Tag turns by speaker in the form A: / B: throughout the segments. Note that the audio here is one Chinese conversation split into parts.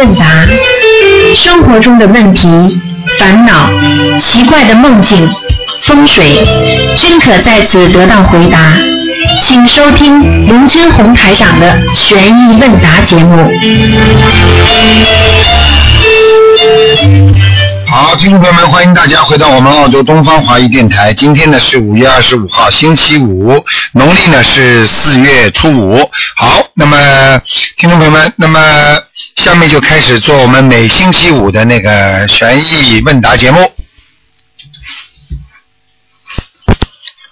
A: 问答，生活中的问题、烦恼、奇怪的梦境、风水，均可在此得到回答。请收听卢军红台长的《悬疑问答》节目。
B: 好，听众朋友们，欢迎大家回到我们澳洲东方华语电台。今天呢是五月二十五号，星期五，农历呢是四月初五。好，那么听众朋友们，那么下面就开始做我们每星期五的那个悬疑问答节目。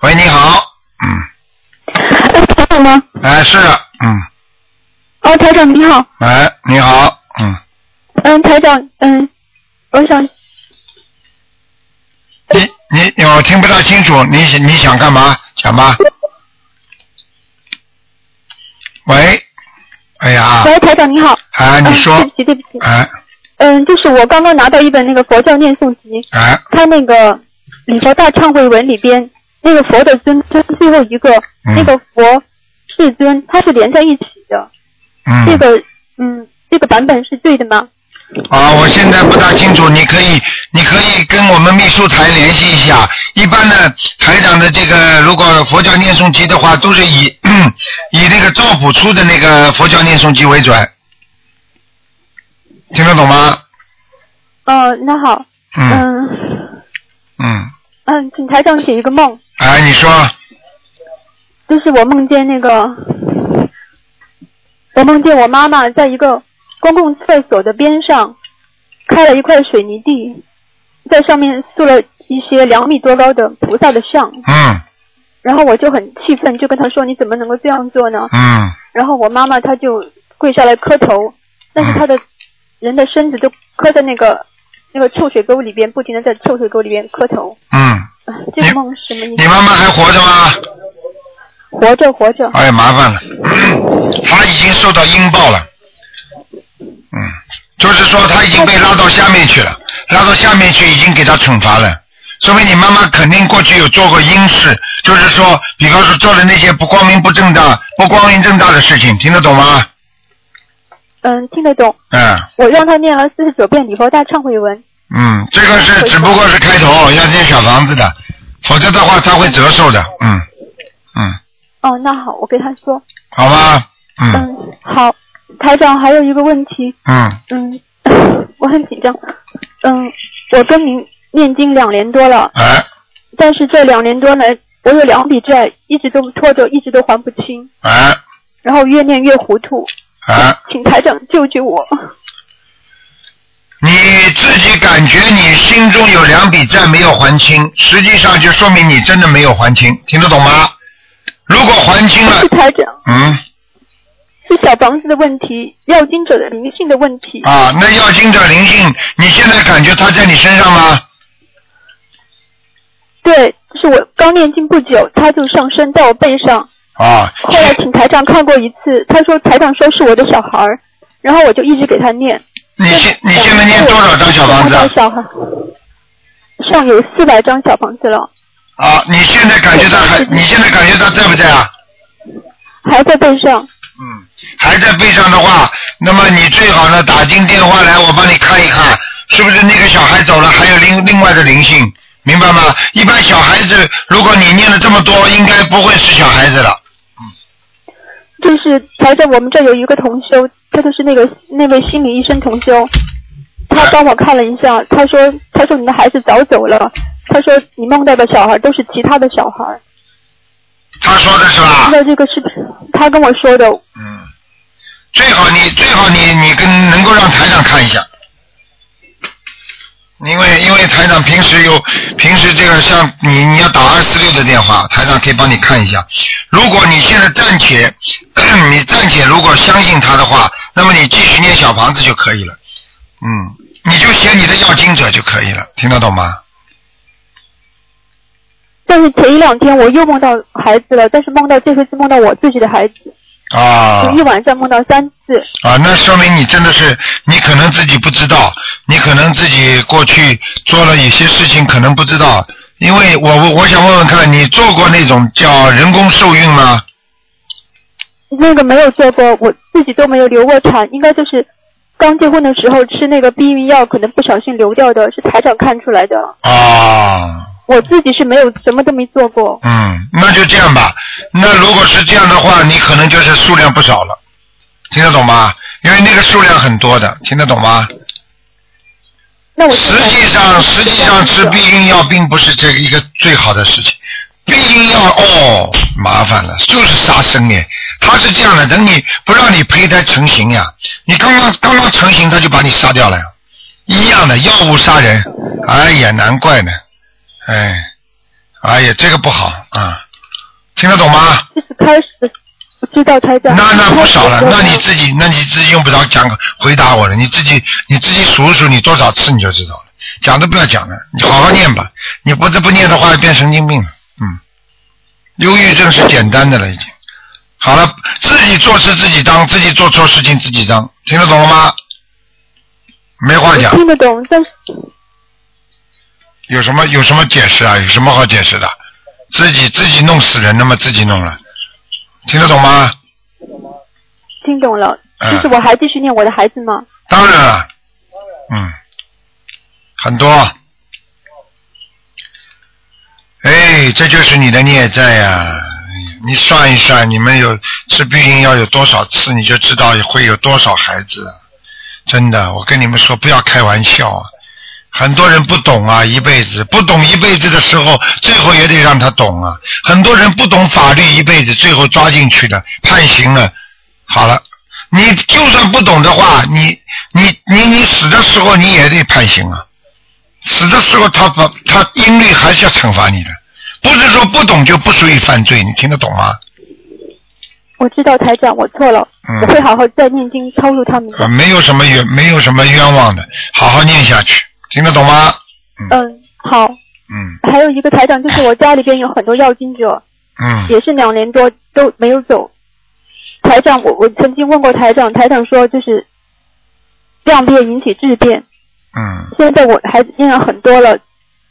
B: 喂，你好，
C: 哎，台长吗？
B: 哎，是，嗯，
C: 哦，台长你好，
B: 哎，你好，嗯，
C: 嗯，台长，嗯，我想，
B: 啊你你我听不大清楚，你想你想干嘛？讲吧。喂，哎呀，
C: 喂，台长你好，
B: 啊，
C: 嗯，
B: 你说，
C: 对不起，对不起，
B: 哎
C: 嗯，就是我刚刚拿到一本那个佛教念诵集，
B: 哎，
C: 它那个礼佛大忏悔文里边那个佛的尊尊最后一个、
B: 嗯
C: 那个佛世尊，它是连在一起的，
B: 嗯，
C: 这个嗯，这个版本是对的吗？
B: 啊，我现在不大清楚，你可以，你可以跟我们秘书台联系一下。一般呢，台长的这个如果佛教念诵集的话，都是以嗯以那个赵朴初的那个佛教念诵集为准，听得懂吗？
C: 嗯、那好，
B: 嗯
C: 嗯
B: 嗯，
C: 嗯，请台长写一个梦，
B: 哎，你说，
C: 就是我梦见那个，我梦见我妈妈在一个公共厕所的边上开了一块水泥地，在上面塑了一些两米多高的菩萨的像，
B: 嗯
C: 然后我就很气愤，就跟她说你怎么能够这样做呢？
B: 嗯
C: 然后我妈妈她就跪下来磕头，但是她的人的身子都磕在那个那个臭水沟里边，不停的在臭水沟里边磕头。
B: 嗯，
C: 啊这个梦是什么意
B: 你
C: 思？
B: 妈妈还活着吗？
C: 活着活着，
B: 哎，麻烦了， 他已经受到阴报了。嗯，就是说他已经被拉到下面去了，拉到下面去已经给他惩罚了，说明你妈妈肯定过去有做过阴事，就是说，比方说做了那些不光明不正大、不光明正大的事情，听得懂吗？
C: 嗯，听得懂。
B: 嗯
C: 我让他念了四十九遍礼佛大忏悔文。
B: 嗯，这个是只不过是开头，要建小房子的，否则的话他会折寿的。嗯嗯，
C: 哦，那好，我给他说。
B: 好吧，嗯
C: 嗯，好，台长还有一个问题，
B: 嗯
C: 嗯， 我很紧张，嗯，我跟您念经两年多了，
B: 哎
C: 但是这两年多来，我有两笔债一直都拖着，一直都还不清，
B: 哎
C: 然后越念越糊涂，
B: 哎。
C: 请台长救救我。
B: 嗯你自己感觉你心中有两笔债没有还清，实际上就说明你真的没有还清，听得懂吗？如果还清了
C: 是，台长，
B: 嗯
C: 是小房子的问题，要经者的灵性的问题，
B: 啊，那要经者灵性，你现在感觉他在你身上吗？
C: 对，就是我刚念经不久，他就上身在我背上，
B: 啊，
C: 后来请台长看过一次，他说台长说是我的小孩儿，然后我就一直给他念。
B: 你现你现在念多少张小房子啊？
C: 小孩上有四百张小房子了，
B: 啊，你现在感觉他还，你现在感觉他在不在啊？
C: 还在背上。
B: 嗯，还在背上的话，那么你最好呢打进电话来，我帮你看一看，是不是那个小孩走了，还有另另外的灵性，明白吗？一般小孩子，如果你念了这么多，应该不会是小孩子了。
C: 就是台长，我们这有一个同修，他就是那个那位心理医生同修，他帮我看了一下，他说他说你的孩子早走了，他说你梦到的小孩都是其他的小孩儿，
B: 他说的是吧
C: 不知？道这个是不是他跟我说的？
B: 嗯，最好你最好你你跟能够让台长看一下，因为因为台长平时有平时这个像你你要打二四六的电话，台长可以帮你看一下。如果你现在暂且 你暂且如果相信他的话，那么你继续念小房子就可以了。嗯，你就写你的要经者就可以了，听得懂吗？
C: 但是前一两天我又梦到孩子了，但是梦到这回是梦到我自己的孩子。
B: 啊，
C: 一晚上梦到三次，
B: 啊，那说明你真的是，你可能自己不知道，你可能自己过去做了有些事情，可能不知道。因为我我我想问问看，你做过那种叫人工受孕吗？
C: 那个没有做过，我自己都没有流过产，应该就是刚结婚的时候吃那个避孕药，可能不小心流掉的，是台长看出来的。
B: 哦，
C: 我自己是没有什么都没做过。
B: 嗯，那就这样吧。那如果是这样的话，你可能就是数量不少了，听得懂吗？因为那个数量很多的，听得懂吗？
C: 那我现
B: 实
C: 在
B: 际上，实际上吃避孕药并不是这一个最好的事情。避孕药哦，麻烦了，就是杀生哎。它是这样的，等你不让你胚胎成型呀，你刚刚刚刚成型，它就把你杀掉了呀，一样的药物杀人。哎呀，难怪呢，哎，哎呀，这个不好啊，听得懂吗？
C: 就是开始我知道台长。
B: 那那不少了
C: 开，始
B: 那你自己那你自己用不着讲回答我了，你自己你自己数一数你多少次你就知道了，讲都不要讲了，你好好念吧，你不这不念的话变神经病了，嗯，忧郁症是简单的了已经，好了，自己做事自己当，自己做错事情自己当，听得懂了吗？没话讲
C: 我，听得懂，但是
B: 有什么有什么解释啊？有什么好解释的？自己自己弄死人，那么自己弄了，听得懂吗？
C: 听懂了。
B: 嗯
C: 就是我还继续念我的孩子吗？
B: 当然了，嗯，很多。哎，这就是你的孽债呀、你算一算，你们有吃避孕药有多少次，你就知道会有多少孩子。啊真的，我跟你们说，不要开玩笑啊！很多人不懂啊，一辈子不懂一辈子的时候，最后也得让他懂啊。很多人不懂法律一辈子，最后抓进去了，判刑了。好了，你就算不懂的话，你你你你死的时候你也得判刑啊，死的时候他把他因律还是要惩罚你的，不是说不懂就不属于犯罪，你听得懂吗？
C: 我知道台长，我错了，
B: 嗯
C: 我会好好再念经超度他们
B: 啊，
C: 的。
B: 没有什么冤，没有什么冤枉的，好好念下去，听得懂吗？
C: 嗯，好。
B: 嗯
C: 还有一个台长，就是我家里边有很多要经者，
B: 嗯，
C: 也是两年多都没有走。台长，我我曾经问过台长，台长说就是量变引起质变。
B: 嗯，
C: 现在我还念了很多了，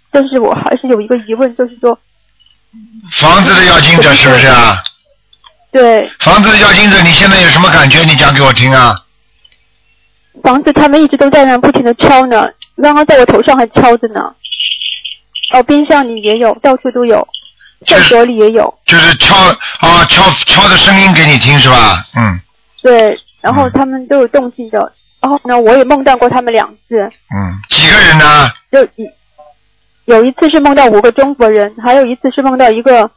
C: 但是我还是有一个疑问，就是说，
B: 房子的要经者是不是啊？
C: 对
B: 房子的要经者，你现在有什么感觉？你讲给我听啊！
C: 房子他们一直都在那不停的敲呢，刚刚在我头上还敲着呢。哦，边上你也有，到处都有，厕所里也有。
B: 就是敲啊敲敲的声音给你听是吧？嗯
C: 对，然后他们都有动静的。然后呢，我也梦到过他们两次，
B: 嗯，几个人呢？
C: 就一有一次是梦到五个中国人，还有一次是梦到一个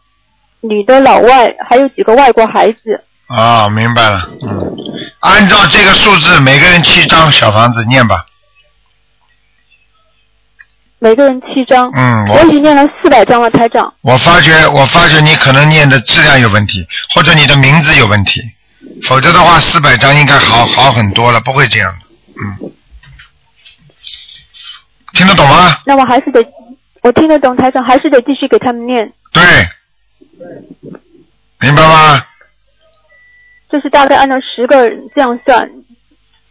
C: 女的老外，还有几个外国孩子。
B: 啊、明白了。嗯，按照这个数字，每个人七张小房子念吧。
C: 每个人七张，
B: 嗯，
C: 我已
B: 我
C: 经念了四百张了，台长。
B: 我发觉我发觉你可能念的质量有问题，或者你的名字有问题，否则的话四百张应该好好很多了，不会这样的。嗯，听得懂吗？
C: 那我还是得，我听得懂台长，还是得继续给他们念，
B: 对，明白吗？
C: 就是大概按照十个人这样算，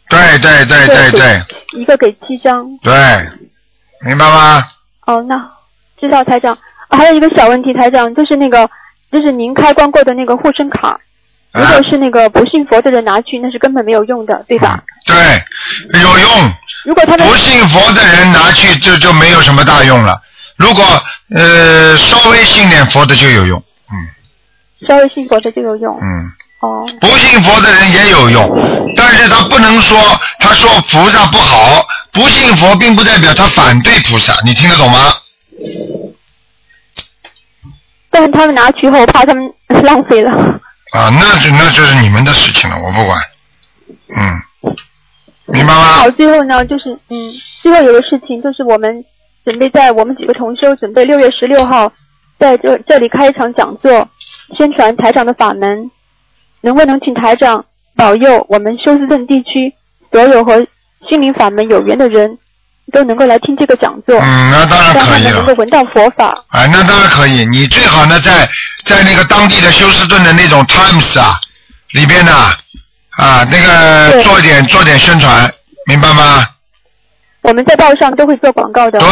B: 对对对对对
C: 一个给七张。
B: 对，明白吗？
C: 哦，那知道台长、啊还有一个小问题，台长就是那个，就是您开光过的那个护身卡，如
B: 啊
C: 果是那个不信佛的人拿去，那是根本没有用的，对吧？
B: 嗯对，有用。
C: 如果他们
B: 不信佛的人拿去就就没有什么大用了。如果呃稍微信点佛的就有用，
C: 稍微信佛的就有用。
B: 嗯，
C: 哦，
B: 不信佛的人也有用，但是他不能说他说菩萨不好，不信佛并不代表他反对菩萨，你听得懂吗？
C: 但是他们拿去后，怕他们浪费了。
B: 啊，那就那就是你们的事情了，我不管，嗯，明白吗
C: 好，？最后呢，就是嗯，最后有个事情，就是我们准备在我们几个同修准备六月十六号在这这里开一场讲座，宣传台长的法门，能不能请台长保佑我们休斯顿地区所有和心灵法门有缘的人都能够来听这个讲座，
B: 嗯，那当然
C: 让
B: 可
C: 他
B: 以
C: 们
B: 了
C: 能。够闻到佛法。
B: 啊，那当然可以。你最好呢，在在那个当地的休斯顿的那种 Times 啊里边呢，啊，那个
C: 对
B: 做点做点宣传，明白吗？
C: 我们在报上都会做广告的，
B: 对，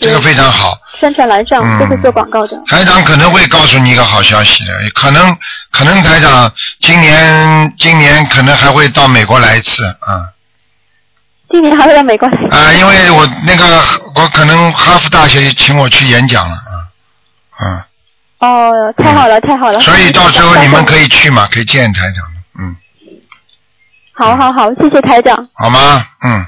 B: 这个
C: 嗯
B: 非常好。
C: 宣传栏上
B: 嗯
C: 都会做广告的。
B: 台长可能会告诉你一个好消息的，可能可能台长今年今年可能还会到美国来一次啊。
D: 今年还会到美国来。
B: 啊，因为我那个我可能哈佛大学请我去演讲了啊，
D: 哦，太好了，太好了。
B: 嗯，所以到时候你们可
D: 以。
B: 以去嘛，可以见台长的，嗯，
D: 好好好，谢谢台长，
B: 好吗？嗯，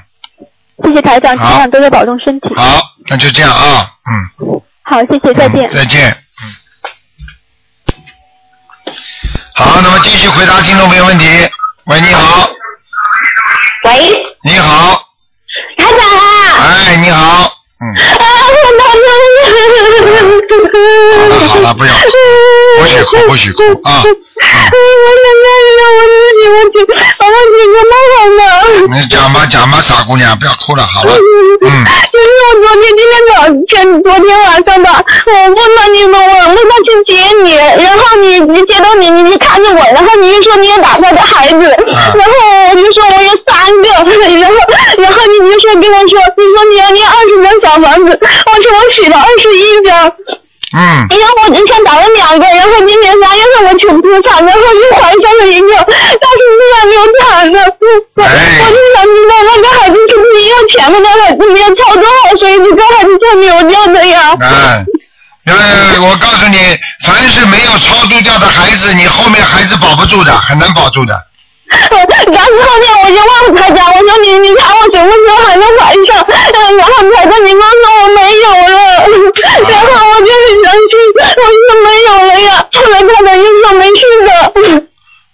D: 谢谢台长，请
B: 好
D: 台长多多保重身体。
B: 好，那就这样啊，嗯，
D: 好，谢谢，再见
B: 嗯。再见，嗯。好，那么继续回答听众朋友问题。喂，你好，
C: 喂，
B: 你好，
C: 台长啊！
B: 哎，你好，嗯，
C: 啊，
B: 啊好了
C: 我脑子
B: 好了，不要，不许哭，不许哭 啊！
C: 我想看一下我自己，我姐，我我姐姐妈妈呢？
B: 你讲吧讲吧，傻姑娘，不要哭了，好了，嗯，
C: 就是我昨天、今天早晨、昨天晚上吧，我问到你们，我问到去接你，然后你你接到你，你你看着我，然后你就说你也打他的孩子，然后我就说我有三个，然后然后你就说跟我说，你说你要念二十间小房子，我说我许了二十一张，
B: 嗯，
C: 然后哎我之前打了两个，然后今年三月份我请出产，然后又怀上了一个，但是依然没有产的。我
B: 哎
C: 我就想知道那个孩子是不是因为前面那个没有操作好，所以这个孩子才流掉的呀？
B: 哎，因为我告诉你，凡是没有超度掉的孩子，你后面孩子保不住的，很难保住的。
C: 然后后面我就问台长，我说你你看我什么时候还能怀上？ 嗯然后台长你跟我说我没有了， 然后我就很生气，我说没有了呀。后来台长就说没事的。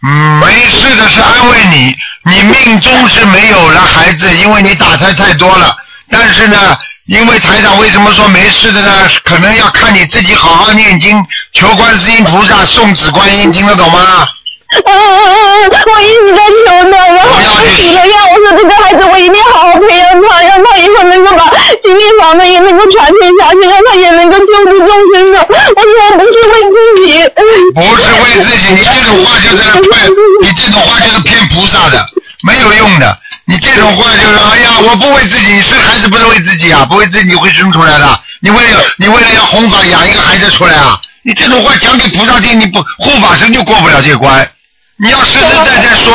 B: 嗯，没事的是安慰你，你命中是没有了孩子，因为你打胎太多了。但是呢，因为台长为什么说没事的呢？可能要看你自己好好念经，求观世音菩萨送子观音，听得懂吗？
C: 嗯，我一直在求呢，然后我许了愿，我说这个孩子我一定好好培养他，让他以后能够把经济房呢也能够传承下去，让他也能够救助众生的。我说不是为自己，
B: 不是为自己，你这种话就是在骗，你这种话就是骗菩萨的，没有用的。你这种话就是，哎呀，我不为自己，你是还是不是为自己啊？不为自己你会生出来的，你为了你为了要弘法养一个孩子出来啊？你这种话讲给菩萨听，你不护法神就过不了这关。你要实实在在说，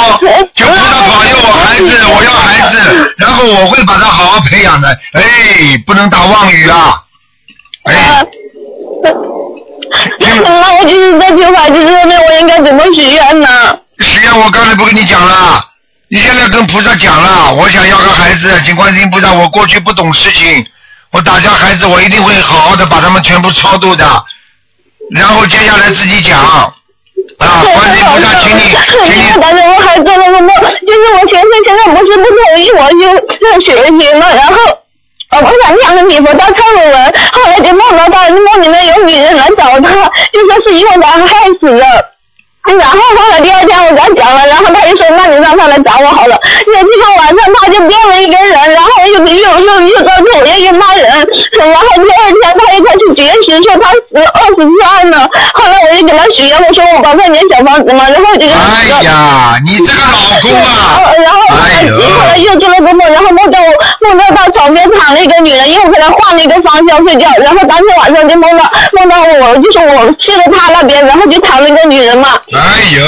B: 求菩萨保佑我孩子，我要孩子，然后我会把他好好培养的。哎，不能打妄语啊！哎
C: 啊，，那我就是在求孩子这边，我应该怎么许愿呢？
B: 实际上我刚才不跟你讲了，你现在跟菩萨讲了，我想要个孩子，请观世音菩萨，我过去不懂事情，我打下孩子，我一定会好好的把他们全部超度的。然后接下来自己讲，啊，观世音菩萨，请你，请你，
C: 但是我还做了个梦，就是我先生现在不是不同意我就学习嘛，然后我不想念的礼佛到忏悔文，后来就梦到他梦里面有女人来找他，就说是因为他害死了。然后后来第二天我跟他讲了，然后他就说那你让他来找我好了。那这个晚上他就变了一个人，然后又又又又到处又又骂人，然后第二天他又开始绝食，说他死二十次案呢。后来我就给他许愿，我说我把那间小房子嘛，然后我就给他
B: 哎
C: 许愿。
B: 呀，你这个老公啊，
C: 然后
B: 哎
C: 然后后来
B: 呦，
C: 又做了个梦，然后梦到梦到他床边躺了一个女人，又给他换了一个方向睡觉，然后当天晚上就梦到梦到我，就是我去了他那边，然后就躺了一个女人嘛，
B: 哎呦，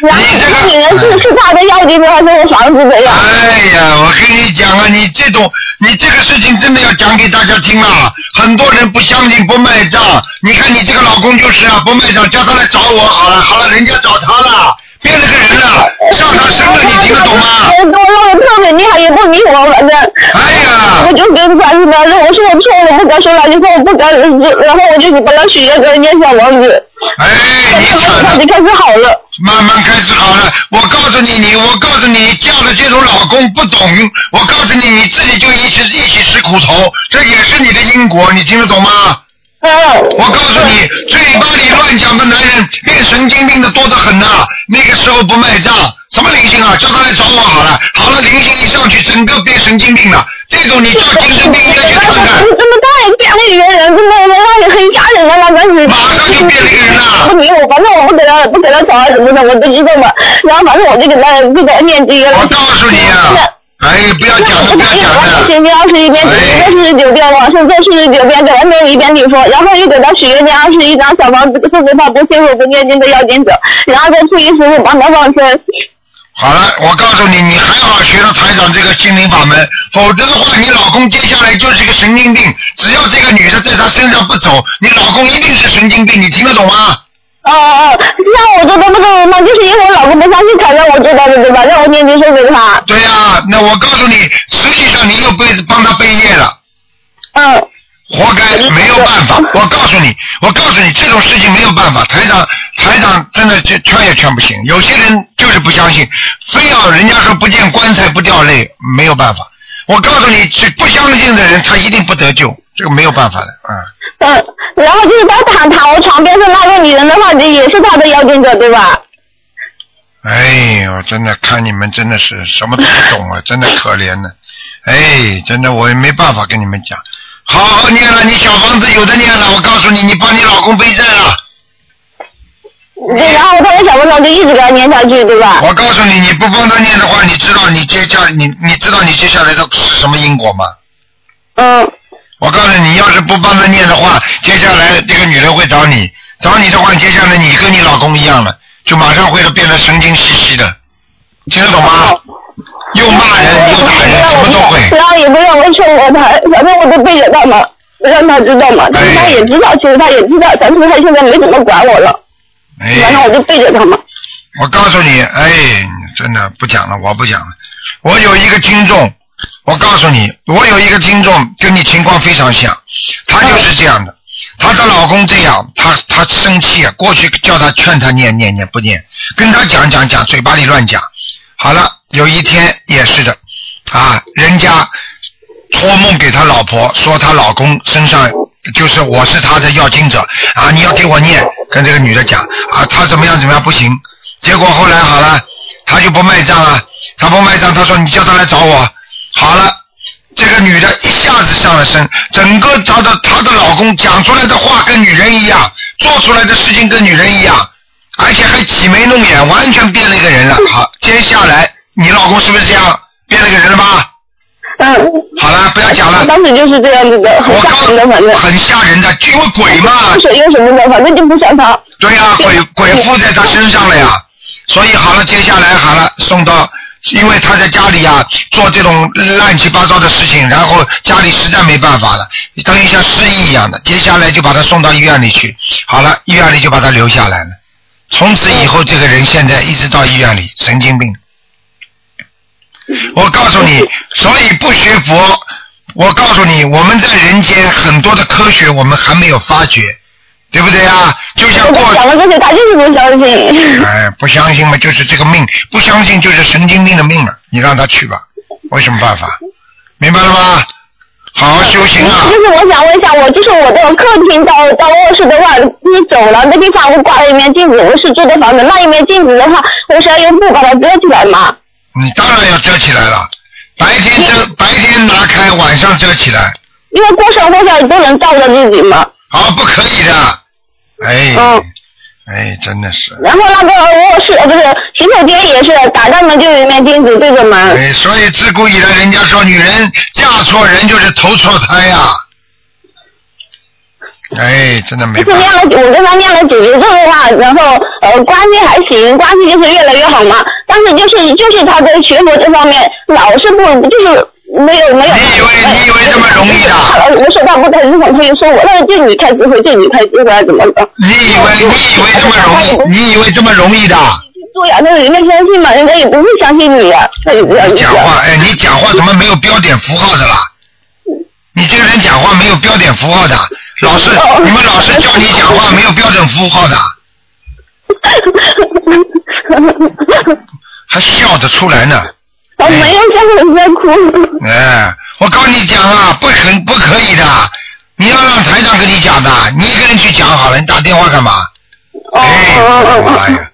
C: 然后
B: 你这
C: 那
B: 个
C: 个女人是是他的要精还是我房子的呀？
B: 哎呀，我跟你讲啊，你这种，你这个事情真的要讲给大家听啊！很多人不相信，不卖账。你看你这个老公就是啊，不卖账，叫他来找我好了，好了，人家找他了，变了个人了，上他身了，你听得懂吗？
C: 我我特别厉害，也不理我，反正。
B: 哎
C: 我
B: 呀，
C: 就跟他说，我说我错了，我不该说他，就说我不该，然后我就给他许愿，给他念小王子，啊
B: 哎，你惨
C: 他
B: 了
C: 就，开始好了。
B: 慢慢开始好了。我告诉你，你我告诉你，嫁了这种老公不懂，我告诉你，你自己就一起一起吃苦头，这也是你的因果，你听得懂吗？
C: 嗯。
B: 我告诉你，嘴巴里乱讲的男人变神经病的多得很呐、那个时候不卖账，什么灵性啊？叫他来找我好了。好了，灵性一上去，整个变神经病了。这种你叫精神病医院去看看，
C: 这么大也变了一个人，这么让你很吓人的那当时。
B: 马上就变了一个人了
C: 不理我，反正我不给他不给他找怎么的，我都知道嘛。然后反正我就给他这个念经了。
B: 我告诉你啊，哎，不要讲了，
C: 我
B: 不要
C: 打印
B: 讲
C: 完
B: 了。
C: 心经二十一遍，准备四十九遍，往生咒四十九遍，给他念一遍礼佛，然后又给他许愿念二十一张小房子，祝福他不信佛不念经的要经者，然后再初一十五帮他放生。
B: 好了，我告诉你，你还好学了台长这个心灵法门，否则的话，你老公接下来就是一个神经病。只要这个女的在他身上不走，你老公一定是神经病，你听得懂吗？
C: 哦哦，那我觉得不懂吗？就是因为我老公不相信台长，我知道的对吧？让我念经送给他。
B: 对呀、那我告诉你，实际上你又被帮他背业了，
C: 嗯，
B: 活该，没有办法。我告诉你，我告诉你，这种事情没有办法，台长，台长真的这劝也劝不行。有些人就是不相信，非要人家说不见棺材不掉泪，没有办法。我告诉你，这不相信的人，他一定不得救，这个没有办法的，嗯。
C: 嗯，然后就是他躺躺我床边上那个女人的话，也是他的邀请者对吧？
B: 哎呦，真的看你们真的是什么都不懂啊，真的可怜呢、哎，真的我也没办法跟你们讲，好好念了，你小房子有的念了，我告诉你，你帮你老公背债了。
C: 对，然后他的小文章就一直给他念下去对吧？
B: 我告诉你，你不帮他念的话，你知道你接下你你知道你接下来的是什么因果吗？
C: 嗯，
B: 我告诉你，你要是不帮他念的话，接下来这个女人会找你，找你的话，接下来你跟你老公一样了，就马上会变得神经兮兮的，听得懂吗？又骂人又打人，
C: 哦
B: 什么都会。
C: 然后也不让我劝我他，反正我都背着他嘛，让他知道嘛，但是他也知道，其实他也知道，但是他现在没怎么管我了，
B: 哎，
C: 然后我就背着他嘛。
B: 我告诉你，哎，真的不讲了，我不讲了。我有一个听众，我告诉你，我有一个听众跟你情况非常像，她就是这样的，她的老公这样，她她生气，啊过去叫她劝她念念念不念，跟她讲讲讲，嘴巴里乱讲。好了，有一天也是的，啊，人家托梦给她老婆说她老公身上就是我是她的要经者啊，你要给我念，跟这个女的讲啊，她怎么样怎么样不行，结果后来好了，她就不卖账啊，她不卖账，她说你叫她来找我，好了，这个女的一下子上了身，整个她的她的老公讲出来的话跟女人一样，做出来的事情跟女人一样，而且还挤眉弄眼，完全变了一个人了。好，接下来你老公是不是这样变了个人了吧？
C: 嗯，
B: 好了，不要讲了
C: 我。当时就是这样子的，很
B: 我
C: 吓人的，反
B: 告
C: 正
B: 很吓人的，因为鬼嘛
C: 不，是用什么的，反正就不像他。
B: 对 呀、鬼鬼附在他身上了呀。所以好了，接下来好了，送到，因为他在家里呀、做这种乱七八糟的事情，然后家里实在没办法了，等于像失忆一样的，接下来就把他送到医院里去。好了，医院里就把他留下来了。从此以后，这个人现在一直到医院里，神经病。我告诉 你，所以不学佛，我告诉你，我们在人间很多的科学我们还没有发掘，对不对啊？就像
C: 我
B: 过
C: 讲了这些，他就是不相信。
B: 哎，不相信嘛，就是这个命；不相信就是神经病的命了。你让他去吧，我有什么办法？明白了吗？好好修行啊！
C: 就是我想问一下，我就是我的客厅到到卧室的话，你走了那地方我挂了一面镜子，我是租的房子，那一面镜子的话，我是要用布把它遮起来嘛。
B: 你当然要遮起来了，白天遮，
C: 嗯
B: 白天拿开，晚上遮起来，
C: 因为过上过下都能照着自己嘛。
B: 啊，不可以的。哎，
C: 嗯
B: 哎，真的是，
C: 然后那个卧室呃不是洗手间也是打开门就有一面镜子对着门。
B: 哎，所以自古以来，人家说女人嫁错人就是投错胎呀、哎，真的没
C: 就是
B: 办
C: 念
B: 法。
C: 了，我跟他念了几遍咒的话，然后呃关系还行，关系就是越来越好嘛。但是就是就是他在学佛这方面老是不就是没有没有。
B: 你以为你以为这么啊容易的
C: 呃我说他不开心，他就说我那就你开智慧，就你开智慧啊怎么的？
B: 你以为你以为这么容易？你以为这么容易的？
C: 对呀、那人家相信嘛，人家也不会相信你呀、那就不要
B: 你
C: 意思
B: 讲
C: 了
B: 话，哎，你讲话怎么没有标点符号的啦？你这个人讲话没有标点符号的，老是
C: 哦
B: 你们老是叫你讲话没有标准符号的，还笑得出来呢。
C: 我没有像人在哭。
B: 哎，我告诉你讲啊，不可不可以的，你要让台长跟你讲的，你一个人去讲好了，你打电话干嘛？
C: 哦
B: 哎，
C: 哦
B: 我的妈
C: 哦
B: 呀！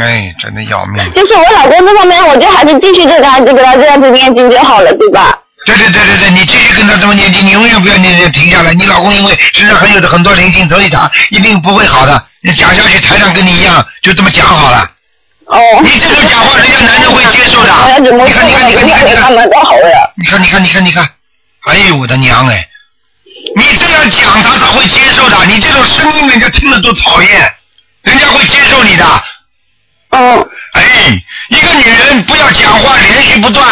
B: 哎，真的要 命。
C: 就是我老公这方面，我就还是继续这个，就给他这样子念经就好了，对吧？
B: 对对对对对，你继续跟他这么念经，你永远不要念经停下来。你老公因为身上很有的很多灵性，所以他一定不会好的。你讲下去，台上跟你一样，就这么讲好了。
C: 哦。
B: 你这种讲话，人家男人会接 受的
C: 我要。哎怎么
B: 你看，你看，你看，你看，你
C: 他
B: 看，
C: 们都好了。
B: 你看，你看，你看，你看，哎呦我的娘哎！你这样讲，他咋会接受的？你这种声音，人家听了都讨厌，人家会接受你的。
C: 嗯。
B: 哎，一个女人不要讲话连续不断，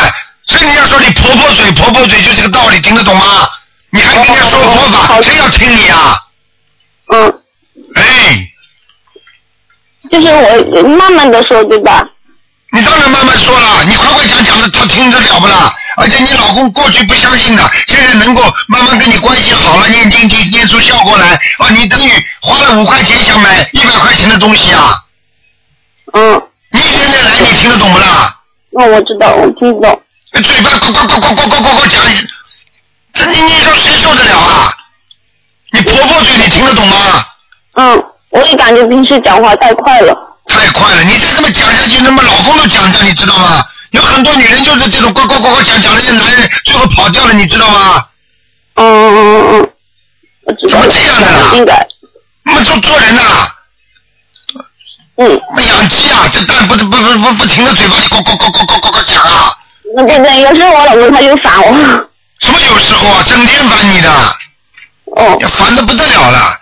B: 所以人家说你婆婆嘴，婆婆嘴就这个道理，听得懂吗？你还跟人家说佛法，谁要听你啊？
C: 嗯，
B: 哎，
C: 就是我慢慢的说，对吧？
B: 你当然慢慢说了，你快快讲讲的，他听得了不啦？而且你老公过去不相信的，现在能够慢慢跟你关系好了，念经就念出效果来，哦，你等于花了五块钱想买一百块钱的东西啊！
C: 嗯，
B: 你现在来，你听得懂不啦？
C: 那我知道，我听懂。
B: 嘴巴呱呱呱呱呱呱呱呱讲，这你你说谁受得了啊？你婆婆嘴你听得懂吗？
C: 嗯，我也感觉平时讲话太快了。
B: 太快了，你再这么讲下去，那么老公都讲掉，你知道吗？有很多女人就是这种呱呱呱呱讲讲了，这男人最后跑掉了，你知道吗？
C: 嗯嗯嗯嗯嗯，我知道了。
B: 怎么这样的啦
C: 应该，
B: 那么做做人呐、
C: 嗯，
B: 那么养鸡啊，这蛋不不不不不停的嘴巴里呱呱呱呱呱呱呱讲啊，
C: 那对对，有时候我老公他就烦我。
B: 什么有时候啊，整天烦你的，
C: 哦
B: 要烦的不得了了。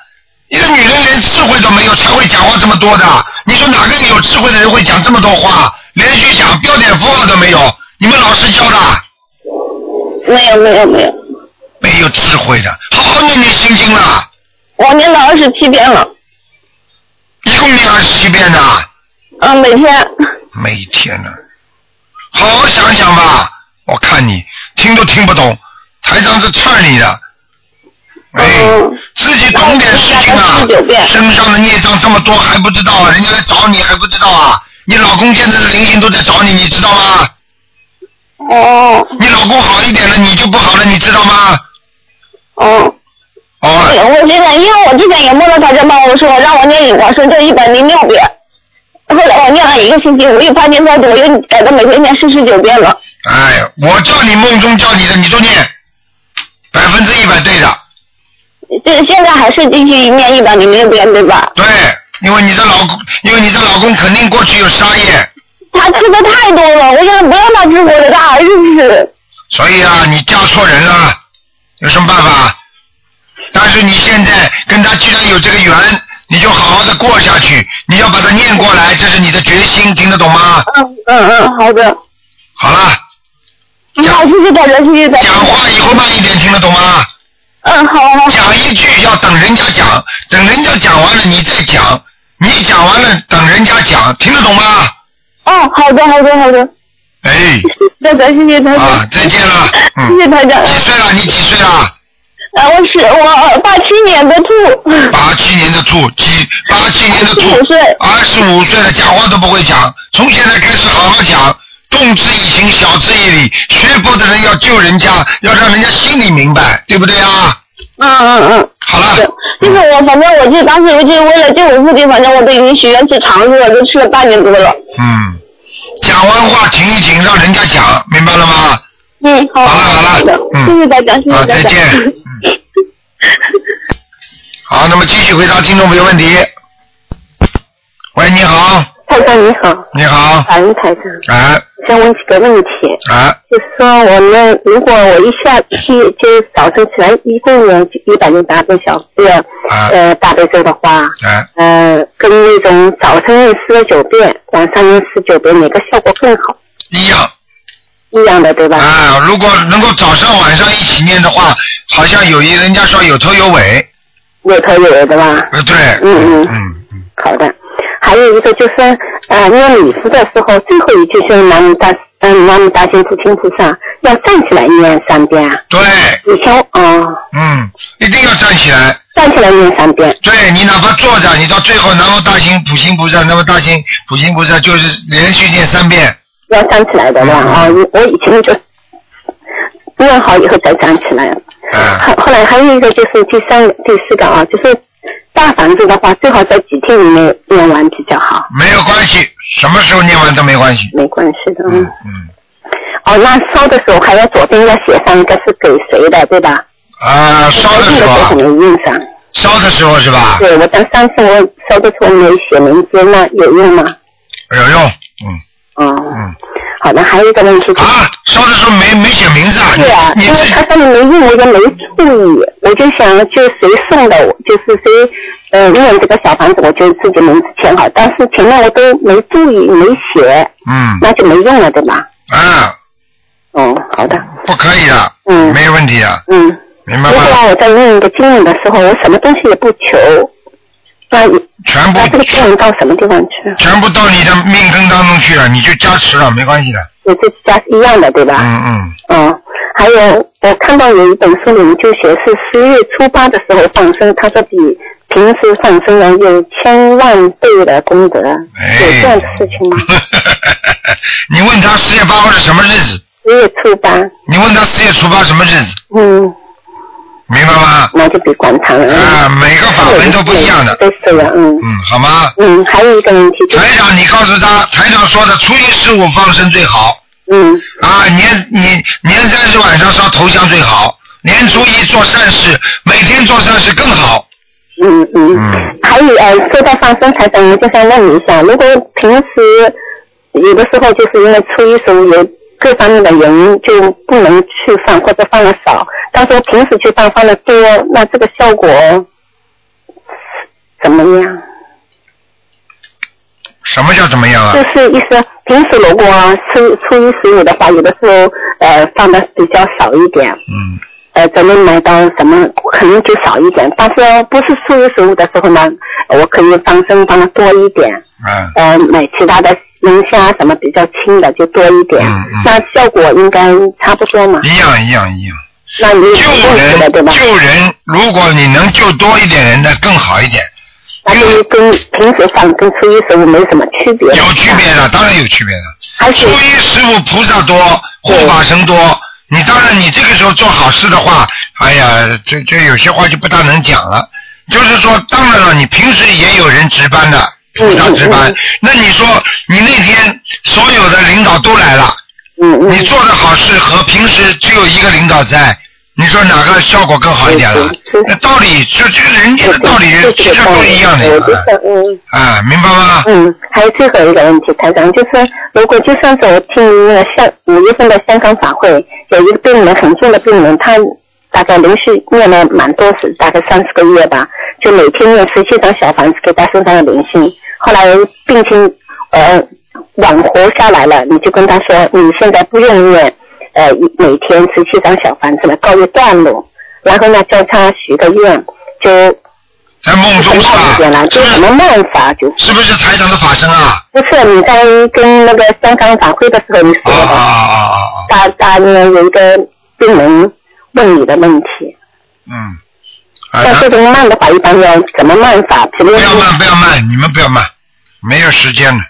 B: 一个女人连智慧都没有，才会讲话这么多的。你说哪个有智慧的人会讲这么多话？连续讲标点符号都没有，你们老师教的，
C: 没有没有没有，
B: 没有智慧的，好好念念心经啦，
C: 我念到二十七遍了。
B: 一共念二十七遍的。
C: 嗯，每天。
B: 每天呢、好好想想吧。我看你听都听不懂，台长是劝你的。哎，
C: 嗯
B: 自己懂点事情啊
C: 哦那我们家的49遍！
B: 身上的孽障这么多还不知道啊，人家来找你还不知道啊！你老公现在的灵性都在找你，你知道吗？
C: 哦
B: 你老公好一点了，你就不好了，你知道吗？
C: 哦，对，
B: 哦，
C: 我现在因为我之前也梦到他就帮我说让我念往生咒一百零六遍，后来我念了一个星期，我又发现他我又改到每天念四十九遍了。
B: 哎，我叫你梦中叫你的，你都念，百分之一百对的。
C: 就是现在还是继续念一百零六遍，对吧？
B: 对，因为你的老公，因为你的老公肯定过去有杀业。
C: 他吃的太多了，我现在不让他吃，我给他儿子吃。
B: 所以啊，你嫁错人了，有什么办法？但是你现在跟他既然有这个缘，你就好好的过下去，你要把它念过来，这是你的决心，听得懂吗？
C: 嗯嗯嗯，好的。
B: 好了，
C: 嗯好，谢谢大家，谢谢大家
B: 讲。话以后慢一点，听得懂吗？
C: 嗯，好好。
B: 讲一句要等人家讲，等人家讲完了你再讲，你讲完了等人家讲，听得懂吗？
C: 嗯，好的，好的，好的。
B: 哎，
C: 大家，谢谢大家。
B: 啊，再见了，
C: 谢
B: 嗯，
C: 谢大家。
B: 几岁了？你几岁了？
C: 啊，我是我八七年的兔。
B: 八七年的兔，几八七年的兔
C: 25岁，
B: 二十五岁了，讲话都不会讲，从现在开始好好讲，动之以情，晓之以理。学佛的人要救人家，要让人家心里明白，对不对啊？
C: 嗯嗯嗯。
B: 好了
C: 是， 就是我，反正我就当时我就为了救我父亲，反正我都已经许愿吃长寿了，都吃了半年多了。
B: 嗯，讲完话停一停，让人家讲，明白了吗？
C: 嗯，好。
B: 好了好了
C: 的
B: 嗯
C: 谢谢大家，谢
B: 啊
C: 谢，大
B: 再
C: 家。
B: 见。 嗯。好，那么继续回答听众朋友问题。喂，你好，
E: 太太你好，
B: 你好，
E: 法律台长，
B: 哎
E: 我想问几个问题，
B: 哎，
E: 就是说我们如果我一下去就早晨起来一共有一百零八个小时，
B: 啊
E: 呃，大悲咒的话，
B: 哎，
E: 呃，跟那种早晨念四十九遍，晚上念四十九遍，哪个效果更好？
B: 一样。
E: 一样的对吧？
B: 啊，如果能够早上晚上一起念的话，好像有一人家说有头有尾，
E: 有头有尾的吧？
B: 呃，对，
E: 嗯嗯
B: 嗯嗯，
E: 好的。还有一个就是，呃，念礼佛的时候，最后一句是南无大，嗯，南无大行普贤菩萨，要站起来念三遍啊。
B: 对，
E: 以前哦，
B: 嗯，一定要站起来。
E: 站起来念三遍。
B: 对你哪怕坐着，你到最后南无大行普行菩萨，南无大行普行菩萨就是连续念三遍。
E: 要站起来
B: 嗯
E: 的吧？啊，我以前就练好以后再站起来。
B: 嗯，
E: 后后来还有一个就是第三个、第四个啊，就是大房子的话，最好在几天以内练完比较好，
B: 没有关系，什么时候念完都没关系。
E: 没关系的。
B: 嗯
E: 嗯。
B: 嗯，
E: 哦，那烧的时候还要左边要写上一个是给谁的，对吧？
B: 啊，烧的
E: 我记
B: 时
E: 得
B: 候
E: 都
B: 啊
E: 很，没印象。
B: 烧的时候是吧？
E: 对，我当上次我烧的时候没写名字，那有用吗？
B: 有用。嗯
E: 哦，
B: 嗯，
E: 好的，还有一个问题就是
B: 啊，烧的时候没没写名字啊？
E: 对 啊，
B: 你
E: 因为
B: 你
E: 它上面没印，我也没注意，我就想就谁送的，我就是谁呃念这个小房子，我就自己名字签好。但是前面我都没注意，没写，
B: 嗯
E: 那就没用了，对吧？
B: 啊，
E: 哦，好的，
B: 不可以的，
E: 嗯
B: 没问题的，
E: 嗯。
B: 明白
E: 如
B: 吗？
E: 果我在念一个经文的时候，我什么东西也不求，那
B: 全部
E: 那这个经文到什么地方去？
B: 全部到你的命根当中去了，你就加持了，没关系的。
E: 也是家是一样的，对吧？
B: 嗯嗯，
E: 哦，还有我看到有一本书里面就写是十月初八的时候放生，他说比平时放生人有千万倍的功德，
B: 哎，
E: 有这样的事情吗？
B: 你问他十月八号是什么日子？
E: 十月初八，
B: 你问他十月初八什么日子？
E: 嗯，
B: 明白吗？
E: 那就比广场人
B: 啊，每个法门都不一样的。
E: 都是这样，嗯
B: 嗯，好吗？
E: 嗯，还有一个问题就是，
B: 台长，你告诉他，台长说的初一十五放生最好
E: 嗯
B: 啊，年年年三十晚上烧头香最好，年初一做善事，每天做善事更好。
E: 嗯嗯，
B: 嗯
E: 还有呃，说到放生财神，我就想问你一下，如果平时呃有的时候就是因为初一十五有各方面的原因，就不能去放或者放的少，但是我平时去放放的多，那这个效果怎么样？
B: 什么叫怎么样啊
E: 就？是意思，平时如果初初一十五的话，有的时候呃放的比较少一点，
B: 嗯，
E: 呃，咱们买到什么可能就少一点，但是不是初一十五的时候呢，我可以放生放的多一点。
B: 啊，
E: 呃，买其他的龙虾什么比较轻的就多一点，
B: 嗯嗯
E: 那效果应该差不多嘛？
B: 一样一样一样。
E: 那你
B: 救
E: 也认识的对
B: 人
E: 吧？
B: 救人，如果你能救多一点人，那更好一点。
E: 那就是跟平时放跟初一十五没什么区别，
B: 有区别的，当然有区别的。
E: 还
B: 初
E: 是
B: 一十五菩萨多，护法神多。你当然，你这个时候做好事的话，哎呀，这这有些话就不大能讲了。就是说，当然了，你平时也有人值班的，菩萨值班。那你说，你那天所有的领导都来了，
E: 嗯嗯
B: 你做的好事和平时只有一个领导在，你说哪个效果更好一点了
E: 嗯嗯？
B: 那道理，这这人家的道理
E: 对
B: 其
E: 对
B: 实
E: 对
B: 都一样
E: 我觉
B: 的
E: 得嗯。
B: 啊，明白吗？
E: 嗯，还有最后一个问题，台长，就是如果就算是我听那个香五月份的香港法会，有一个病人很重的病人，他大概连续念了蛮多次，大概三四个月吧，就每天念十七张小房子给他身上的灵性，后来病情呃挽活下来了，你就跟他说你现在不用念呃每天十七张小房子了，告一段落，然后呢叫他许个愿，就
B: 在梦中
E: 很
B: 是
E: 慢一
B: 吧
E: 点了，？就是什么办法就是。
B: 是不是台长的法身啊？
E: 不是你在跟那个香港晚会的时候你
B: 啊
E: 说
B: 啊
E: 的，
B: 啊啊啊！
E: 大大约有一个病人问你的问题，
B: 嗯，啊，
E: 像
B: 咱
E: 这种慢的话，一般要怎么慢法？比如
B: 不要
E: 说
B: 慢，不要慢，你们不要慢，没有时间了。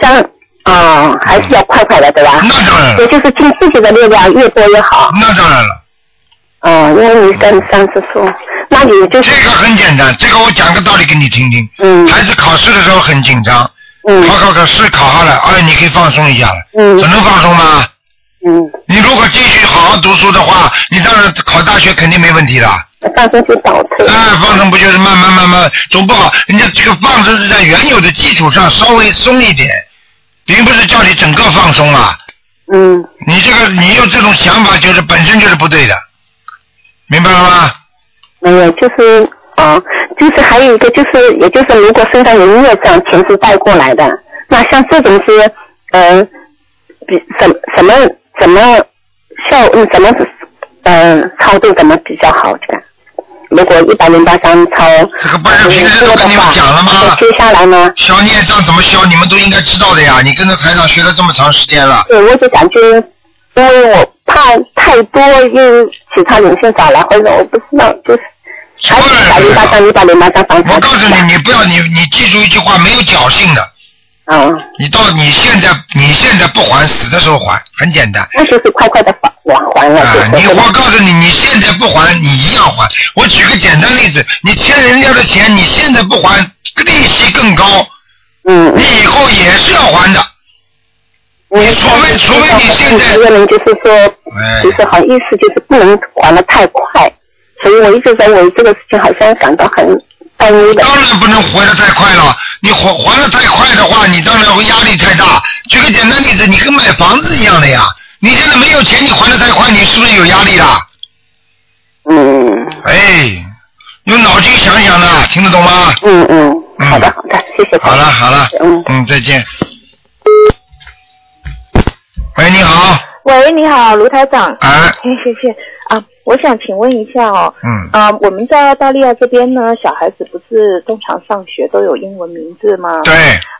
E: 像啊、还是要快快的，对吧？
B: 那当然
E: 也
B: 了，
E: 就是尽自己的力量，越多越好。
B: 那当然了，
E: 嗯，因为你跟上次说，那你就是
B: 这个很简单，这个我讲个道理给你听听。
E: 嗯
B: 孩子考试的时候很紧张，
E: 嗯
B: 考考考试考好了，哎，你可以放松一下了。
E: 嗯
B: 只能放松吗？
E: 嗯，
B: 你如果继续好好读书的话，你当然考大学肯定没问题了。
E: 上升期倒退，
B: 哎，放生不就是慢慢慢慢，总不好，人家这个放生是在原有的基础上稍微松一点，并不是叫你整个放松啊。
E: 嗯
B: 你这个你有这种想法，就是本身就是不对的，明白了吗？
E: 没有，就是啊、就是还有一个就是，也就是如果身上有孽障，前世带过来的，那像这种是，嗯、比什什么怎么效，嗯，怎么嗯、操作怎么比较好？这个，如果一百零八张抄，
B: 这个不是平时
E: 多
B: 都
E: 的
B: 跟你们
E: 话，
B: 讲了吗
E: 那接下来呢？
B: 消孽障怎么消，你们都应该知道的呀。你跟着台长学了这么长时间了，
E: 对，我就感觉，因为我怕太多，又其他灵性找来，或者我不知道，就是
B: 什
E: 还
B: 么
E: 是一
B: 人
E: 百
B: 都
E: 零
B: 知道
E: 八张，一百零八张房
B: 我告诉你，你不要你你记住一句话，没有侥幸的。
E: 嗯。
B: 你到你现在你现在不还，死的时候还，很简单。
E: 那就是快快的还还还了，
B: 啊，
E: 就
B: 你
E: 是
B: 我告诉你，你现在不还，你一样还。我举个简单例子，你欠人家的钱，你现在不还，利息更高，
E: 嗯，
B: 你以后也是要还的。
E: 你
B: 除非除非你现在
E: 一个人就是说，
B: 哎，
E: 就是好意思就是不能还的太快，所以我一直在为这个事情好像感到很担忧的。
B: 当然不能还的太快了，你还还的太快的话，你当然会压力太大。举个简单例子，你跟买房子一样的呀，你现在没有钱，你还的太快，你是不是有压力啦？
E: 嗯
B: 哎，用脑筋想想啦，听得懂吗？
E: 嗯嗯，好的
B: 嗯
E: 好的，谢谢。
B: 好了好了，
E: 嗯
B: 嗯，再见。喂，你好，
F: 喂，你好，卢台长。
B: 哎，
F: 嘿，谢谢啊，我想请问一下哦，
B: 嗯，
F: 啊，我们在澳大利亚这边呢，小孩子不是通常上学都有英文名字吗？
B: 对，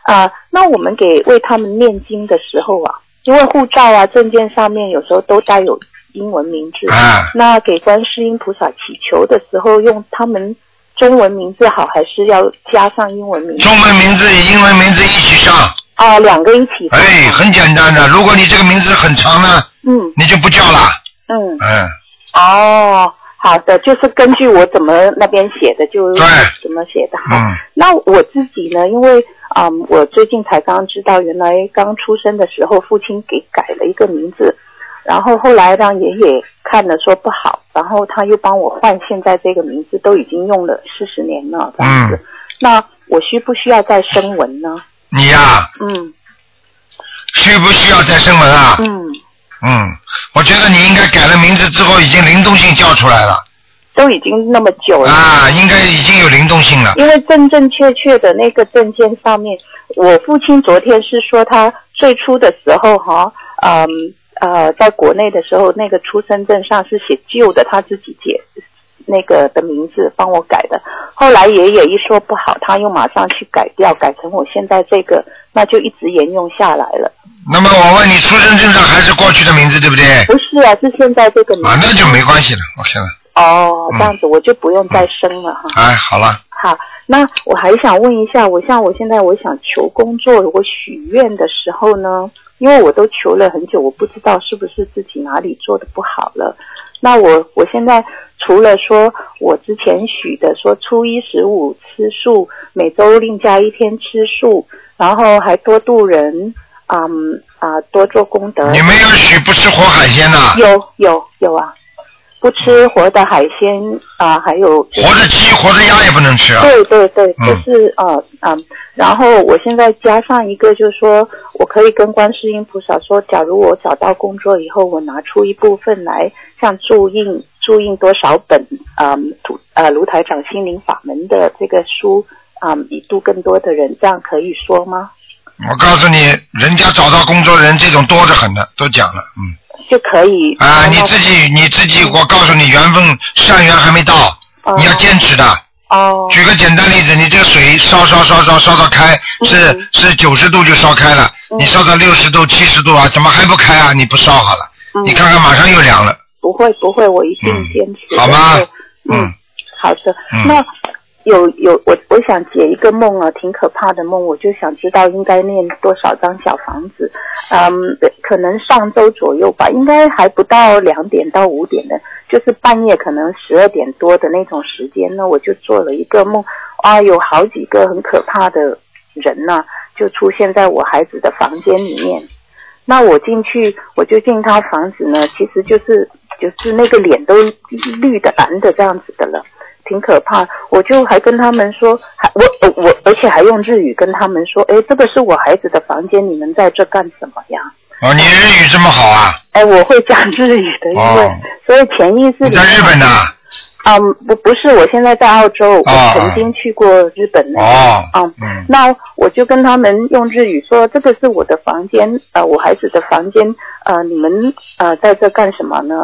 F: 啊，那我们给为他们念经的时候啊，因为护照啊、证件上面有时候都带有英文名字，
B: 啊，
F: 那给观世音菩萨祈求的时候，用他们中文名字好，还是要加上英文名字？
B: 中文名字、英文名字一起上，
F: 啊，两个一起。
B: 哎，很简单的。如果你这个名字很长呢，
F: 嗯
B: 你就不叫了，
F: 嗯，
B: 嗯，
F: 哦，好的，就是根据我怎么那边写的，就
B: 对
F: 怎么写的。好，
B: 嗯，
F: 那我自己呢，因为嗯，我最近才刚知道，原来刚出生的时候父亲给改了一个名字，然后后来让爷爷看了说不好，然后他又帮我换现在这个名字，都已经用了四十年了，这样子。
B: 嗯
F: 那我需不需要再升文呢？
B: 你呀、
F: 嗯
B: 需不需要再升文啊？
F: 嗯，
B: 嗯，我觉得你应该改了名字之后，已经灵动性叫出来了
F: 都已经那么久了。
B: 啊，应该已经有灵动性 了。
F: 因为正正确确的那个证件上面，我父亲昨天是说他最初的时候哈，嗯呃，在国内的时候那个出生证上是写旧的，他自己解那个的名字帮我改的。后来爷爷一说不好，他又马上去改掉，改成我现在这个，那就一直沿用下来了。
B: 那么我问你，出生证上还是过去的名字，对不对？
F: 不是啊，是现在这个名
B: 啊，
F: 字
B: 那就没关系了，OK 了。
F: 哦，
B: 嗯
F: 这样子我就不用再生了哈。
B: 哎，好了，
F: 好，那我还想问一下，我像我现在我想求工作，我许愿的时候呢，因为我都求了很久，我不知道是不是自己哪里做的不好了。那我我现在除了说我之前许的说初一十五吃素，每周另加一天吃素，然后还多度人，嗯啊、多做功德，
B: 你没有许不吃活海鲜呐、
F: 有有有啊，不吃活的海鲜啊、还有就是
B: 活着鸡、活着鸭也不能吃啊。
F: 对对对，
B: 嗯
F: 就是呃嗯，然后我现在加上一个，就是说我可以跟观世音菩萨说，假如我找到工作以后，我拿出一部分来，像注印注印多少本啊、嗯、土呃卢台长心灵法门的这个书啊、嗯，以度更多的人，这样可以说吗？
B: 我告诉你，人家找到工作人这种多着很的，都讲了，嗯。
F: 就可以
B: 啊，
F: 然
B: 你
F: 后
B: 自己你自己，我告诉你，缘分善缘还没到，
F: 哦
B: 你要坚持的。
F: 哦
B: 举个简单例子，你这个水烧烧烧烧烧到开，是
F: 嗯
B: 是九十度就烧开了，你烧到六十度、七十度啊，怎么还不开啊？你不烧好了，
F: 嗯
B: 你看看马上又凉了，
F: 不会不会，我一定
B: 嗯
F: 坚持的。
B: 好吗
F: 对？嗯
B: 嗯，
F: 好的，
B: 嗯
F: 那有有我我想解一个梦啊，挺可怕的梦，我就想知道应该念多少张小房子。嗯，可能上周左右吧，应该还不到两点到五点的，就是半夜可能十二点多的那种时间呢，我就做了一个梦啊，有好几个很可怕的人呐、就出现在我孩子的房间里面。那我进去，我就进他房子呢，其实就是就是那个脸都绿的、蓝的这样子的了，挺可怕。我就还跟他们说，还我呃我，而且还用日语跟他们说，哎，这个是我孩子的房间，你们在这干什么呀？
B: 哦，你日语这么好啊？
F: 哎，我会讲日语的，因为、
B: 哦
F: 所以潜意识
B: 你
F: 里
B: 在日本呢、
F: 啊、嗯不不是，我现在在澳洲，
B: 哦
F: 我曾经去过日本那边
B: 哦，
F: 嗯
B: 嗯，
F: 那我就跟他们用日语说，这个是我的房间，呃，我孩子的房间，呃，你们呃在这干什么呢？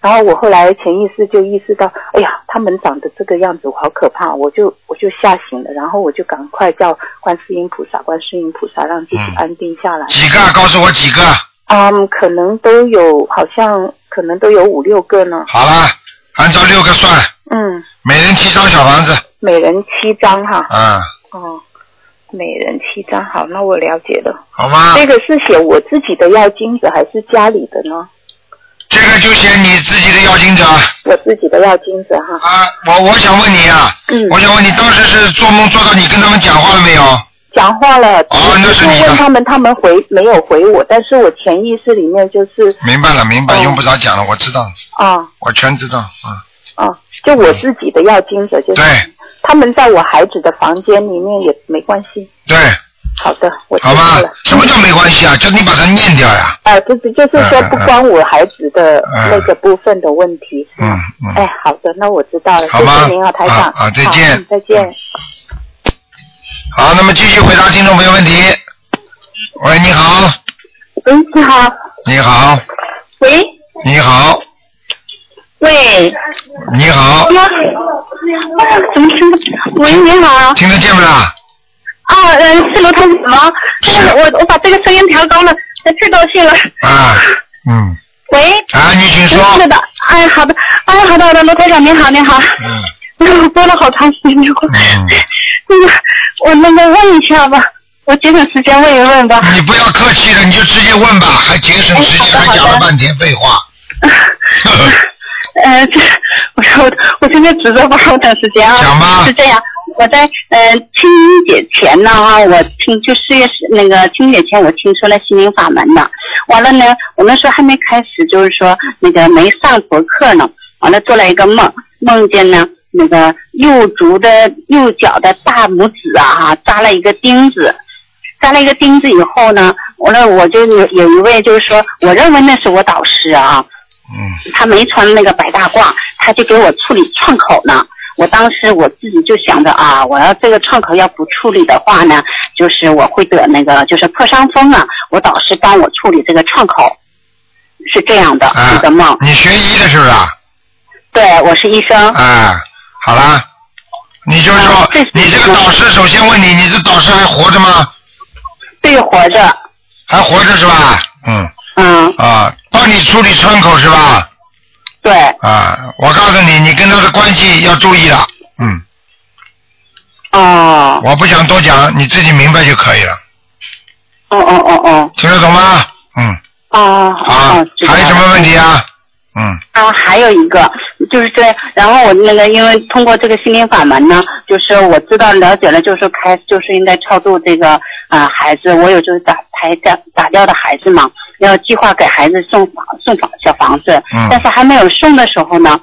F: 然后我后来潜意识就意识到，哎呀，他们长得这个样子，我好可怕，我就我就吓醒了，然后我就赶快叫观世音菩萨，观世音菩萨让自己
B: 嗯
F: 安定下来。
B: 几个？告诉我几个？
F: 嗯，可能都有，好像可能都有五六个呢。
B: 好了，按照六个算，
F: 嗯，
B: 每人七张小房子，
F: 每人七张哈。
B: 啊，
F: 哦，每人七张，好，那我了解了。
B: 好吗？
F: 这个是写我自己的要金子还是家里的呢？
B: 这个就写你自己的要经者啊。
F: 我自己的要金子哈。
B: 我我想问你啊，
F: 嗯，
B: 我想问你，当时是做梦做到你跟他们讲话了没有？
F: 讲话了，
B: 哦那是
F: 我
B: 你的
F: 问他们，他们回没有回我，但是我潜意识里面就是
B: 明白了，明白，
F: 哦
B: 用不着讲了，我知道，
F: 啊
B: 我全知道啊。
F: 啊，就我自己的嗯要金子，就是
B: 对
F: 他们在我孩子的房间里面也没关系。
B: 对，
F: 好的，我知道
B: 好吧
F: 了。？
B: 什么叫嗯没关系啊？叫你把它念掉呀。
F: 哎、不是，就是说不关我孩子的那个部分的问题。
B: 嗯嗯。
F: 哎，好的，那我知道了，谢
B: 好吗
F: 谢您啊，台长。
B: 啊啊再见
F: 好嗯再见。
B: 好，那么继续回答听众朋友问题。喂，你好，
E: 喂，你好，
B: 你好，
E: 喂，
B: 你好，
E: 喂，
B: 你好，
E: 么？哎怎么听不？喂，你好，
B: 听得见不啦？
E: 啊，嗯、是卢台长吗？
B: 是
E: 我我把这个声音调高了，太高兴了。
B: 啊，嗯，
E: 喂，
B: 啊，你请
E: 是
B: 说。
E: 的，哎，好的，哎，好的，好的，卢台长您好，您好，
B: 嗯
E: 播了好长时间，
B: 嗯，
E: 那个我那个问一下吧，我节省时间问一问吧。
B: 你不要客气了，你就直接问吧，还节省时间，
E: 哎
B: 还讲了半天废 话。
E: 呃，这我说我我现在指着不好等时间啊。
B: 讲吧
E: 是这样，我在呃清明节前呢啊，我听就四月十那个清明节前我听说了心灵法门呢，完了呢，我那时候还没开始，就是说那个没上博客呢，完了做了一个梦，梦见呢。那个右足的右脚的大拇指啊，哈，扎了一个钉子，扎了一个钉子以后呢，完了我就有有一位就是说，我认为那是我导师啊，
B: 嗯
E: 他没穿那个白大褂，他就给我处理创口呢。我当时我自己就想着啊，我要这个创口要不处理的话呢，就是我会得那个就是破伤风啊。我导师帮我处理这个创口，是这样的
B: 啊
E: 一个梦。
B: 你学医的是不是啊？
E: 对，我是医生。
B: 啊，好啦，你就说
E: 啊这是
B: 你这个导师，首先问你，你这导师还活着吗？
E: 对，活着。
B: 还活着是吧？嗯
E: 嗯，
B: 啊，帮你处理伤口是吧？
E: 对，
B: 啊，我告诉你，你跟他的关系要注意了。嗯，
E: 哦，
B: 我不想多讲，你自己明白就可以了，
E: 哦哦哦哦，
B: 听得懂吗？嗯，
E: 哦，
B: 好
E: 哦，，知道
B: 啊还有什
E: 了
B: 么问题啊？嗯，
E: 啊，还有一个就是这，然后我那个因为通过这个心灵法门呢，就是我知道了解了，就是说开就是应该超度这个啊、呃孩子，我有就是打台掉打掉的孩子嘛，要计划给孩子送房送房小房子，
B: 嗯
E: 但是还没有送的时候呢，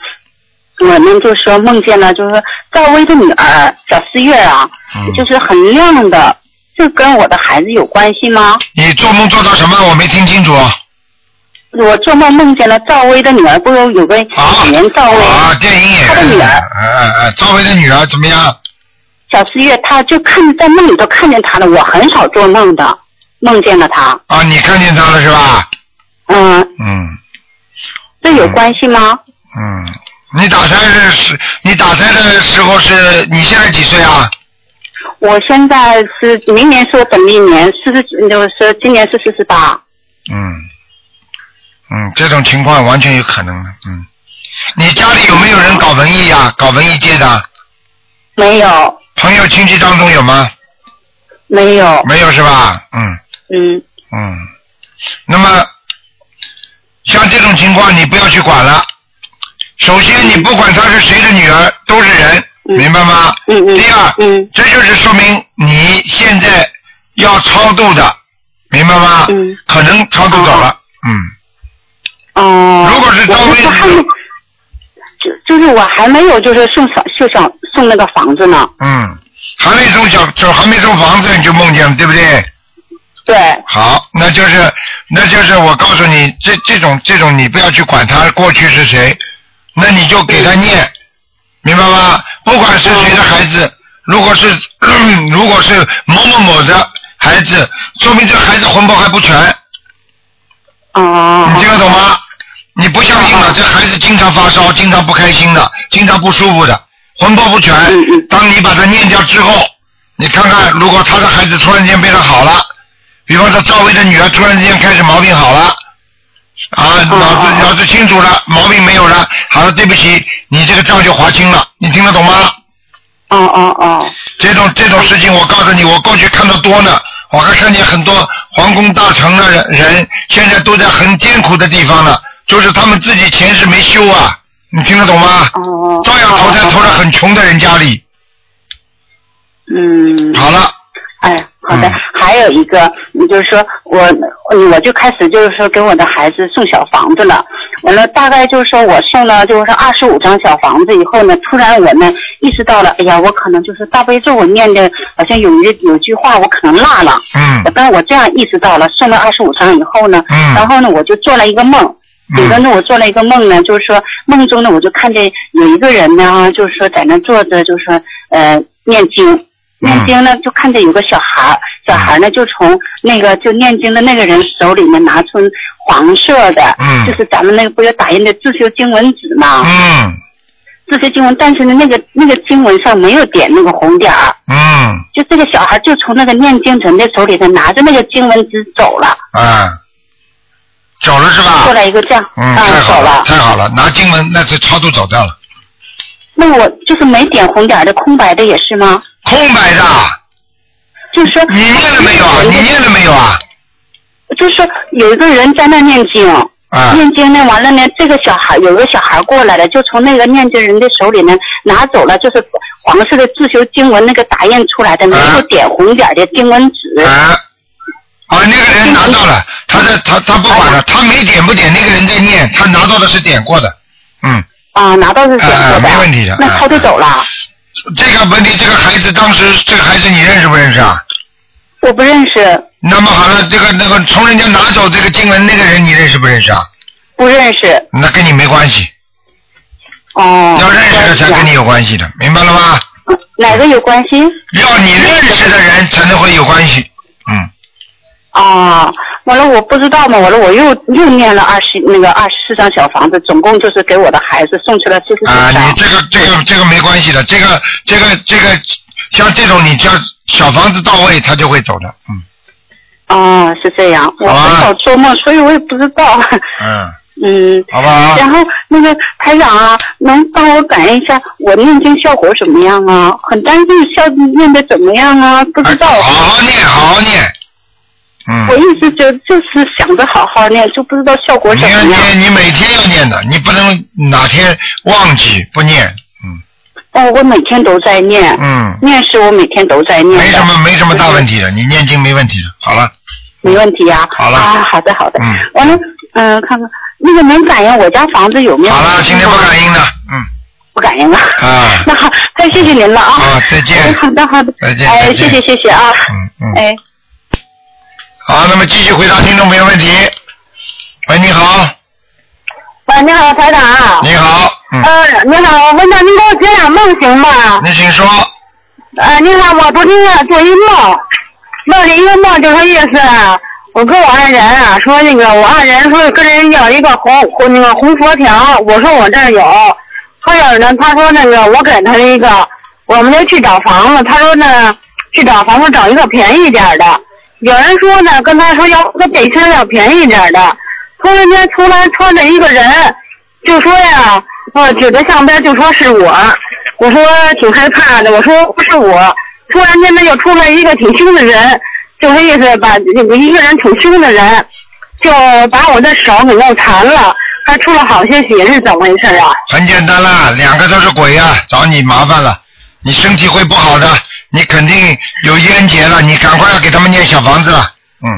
E: 我们就说梦见了就是赵薇的女儿小四月啊，
B: 嗯
E: 就是很亮的，这跟我的孩子有关系吗？
B: 你做梦做到什么？我没听清楚。
E: 我做梦梦见了赵薇的女儿，不是有个
B: 啊
E: 演员赵薇？
B: 啊，电影演员。
E: 他的女儿
B: 哎哎哎，赵薇的女儿怎么样？
E: 小四月，他就看在梦里头看见他了。我很少做梦的，梦见了他。
B: 啊，你看见她了是吧？
E: 嗯，
B: 嗯
E: 这有关系吗？
B: 嗯，你打胎的时，你打胎的时候是你现在几岁啊？
E: 我现在是明年是我本命年，四十就是今年是四十八。
B: 嗯，嗯，这种情况完全有可能的。嗯，你家里有没有人搞文艺呀、啊搞文艺界的
E: 没有，
B: 朋友亲戚当中有吗？
E: 没有，
B: 没有是吧？嗯
E: 嗯，
B: 嗯。那么像这种情况，你不要去管了。首先，你不管她是谁的女儿，都是人，
E: 嗯
B: 明白吗？
E: 嗯嗯
B: 第二，
E: 嗯
B: 这就是说明你现在要超度的，明白吗？
E: 嗯
B: 可能超度走了。嗯。
E: 哦。
B: 如果是赵薇
E: 我就是还没就就是我还没有就是送小就想送那个房子呢。
B: 嗯，还没送小，就还没送房子你就梦见了，对不对？
E: 对，
B: 好，那就是，那就是我告诉你，这这种这种你不要去管他过去是谁，那你就给他念，明白吗？不管是谁的孩子，如果是如果是某某某的孩子，说明这孩子魂魄还不全，
E: 哦。
B: 你听得懂吗？你不相信
E: 嗯
B: 了，这孩子经常发烧，经常不开心的，经常不舒服的，魂魄不全
E: 嗯嗯。
B: 当你把它念掉之后，你看看，如果他的孩子突然间变得好了，比方说赵薇的女儿突然间开始毛病好了，
E: 哦
B: 啊，脑子脑子清楚了，毛病没有了，好了，对不起，你这个账就划清了，你听得懂吗？
E: 哦哦哦。
B: 这种这种事情，我告诉你，我过去看的多呢，我还看见很多皇宫大臣的人人，现在都在很艰苦的地方呢，就是他们自己前世没修啊，你听得懂吗？
E: 哦，
B: 照样投胎投到很穷的人家里。
E: 嗯，
B: 好了，
E: 哎，好的，
B: 嗯
E: 还有一个，你就是说我，我就开始就是说给我的孩子送小房子了。完了，大概就是说我送了就是二十五张小房子以后呢，突然我呢意识到了，哎呀，我可能就是大悲咒我念的，好像有一有句话我可能落了。
B: 嗯
E: 我当我这样意识到了，送了二十五张以后呢，
B: 嗯
E: 然后呢我就做了一个梦，有的
B: 嗯
E: 呢，我做了一个梦呢，就是说梦中呢，我就看见有一个人呢，就是说在那坐着，就是说呃念
B: 嗯
E: 经，念经呢就看见有个小孩儿，小孩儿呢就从那个就念经的那个人手里面拿出黄色的，
B: 嗯
E: 就是咱们那个不有打印的自修经文纸嘛，
B: 嗯
E: 自修经文，但是呢那个那个经文上没有点那个红点儿，
B: 嗯
E: 就这个小孩就从那个念经人的手里头拿着那个经文纸走了，
B: 啊，走了是吧
E: 做？了一个这样
B: 嗯，
E: 啊
B: 太好
E: 走了
B: 了，。太好了，拿经文那是超度走掉了，
E: 那我就是没点红点儿的空白的也是吗？
B: 空白的。
E: 就是说
B: 你念了没有啊？你念了没有啊？
E: 就是说有一个人在那念经，
B: 啊，
E: 念经呢完了呢，这个小孩有个小孩过来了，就从那个念经人的手里呢拿走了，就是黄色的自修经文那个打印出来的没有点红点儿的经文纸，
B: 啊，啊，那个人拿到了，他在他他不管了，他没点不点，那个人在念，他拿到的是点过的，嗯，
E: 啊，拿到是写
B: 啊
E: 错
B: 啊
E: 的，
B: 没问题的
E: 那
B: 啊
E: 他就走了，
B: 这个问题，这个孩子当时这个孩子你认识不认识啊？
E: 我不认识，
B: 那么好了，这个那个从人家拿走这个经文那个人你认识不认识啊？
E: 不认识，
B: 那跟你没关系，
E: 哦，
B: 要认识的才跟你有关系的，明白了吗？
E: 哪个有关系？
B: 要你认识的人才能会有关系，嗯，
E: 啊，完了我不知道嘛，完了我又又念了二十那个二十四张小房子，总共就是给我的孩子送去了四十
B: 啊，
E: 四
B: 你
E: 张。
B: 这个这个这个没关系的，这个这个这个像这种你只要小房子到位，他就会走的，嗯
E: 哦，是这样，
B: 啊
E: 我很少做梦，所以我也不知道。
B: 嗯，
E: 嗯，
B: 好不好？
E: 然后那个台长啊，能帮我感应一下我念经效果怎么样啊？很担心效念的怎么样啊？不知道。
B: 哎好好念，好好念，嗯
E: 我，一直就就是想着好好念，就不知道效果
B: 你
E: 怎
B: 要
E: 么样。
B: 念，你每天要念的，你不能哪天忘记不念，嗯
E: 哦，我每天都在念，
B: 嗯，
E: 念是我每天都在念的。
B: 没什么没什么大问题的，你念经没问题的，好了，
E: 没问题呀、啊。
B: 好了
E: 啊，好的好的。
B: 嗯
E: 完了，嗯、看看那个能感应我家房子有没有？
B: 好了，今天不感应了，嗯
E: 不感应了。
B: 啊，
E: 那好，太谢谢您了啊。
B: 好，再见，
E: 哎好的好的。
B: 再见
E: 哎，
B: 再见
E: 谢谢谢谢啊。
B: 嗯嗯。
E: 哎，
B: 好，那么继续回答听众朋友问题。喂，你好，
C: 喂，你好，台长。
B: 你好，嗯，
C: 呃，你好，我问到您给我解两梦行吗？
B: 你请说。
C: 呃，你好，我昨天做一梦，梦里一个梦就是意思啊，我跟我爱人啊说那个我爱人说跟人要一个红红那个红佛条，我说我这儿有，还有呢，他说那个我给他一个，我们就去找房子，他说呢去找房子找一个便宜点儿的，有人说呢跟他说要个背心儿要便宜点儿的，突然间出来穿着一个人，就说呀，呃，指着上边就说是我，我说挺害怕的，我说不是我，突然间呢又出来一个挺凶的人，就是意思把一个人挺凶的人，就把我的手给弄残了，还出了好些血，是怎么回事啊？
B: 很简单啦，两个都是鬼呀、找你麻烦了，你身体会不好的，你肯定有冤结了，你赶快要给他们念小房子了，嗯，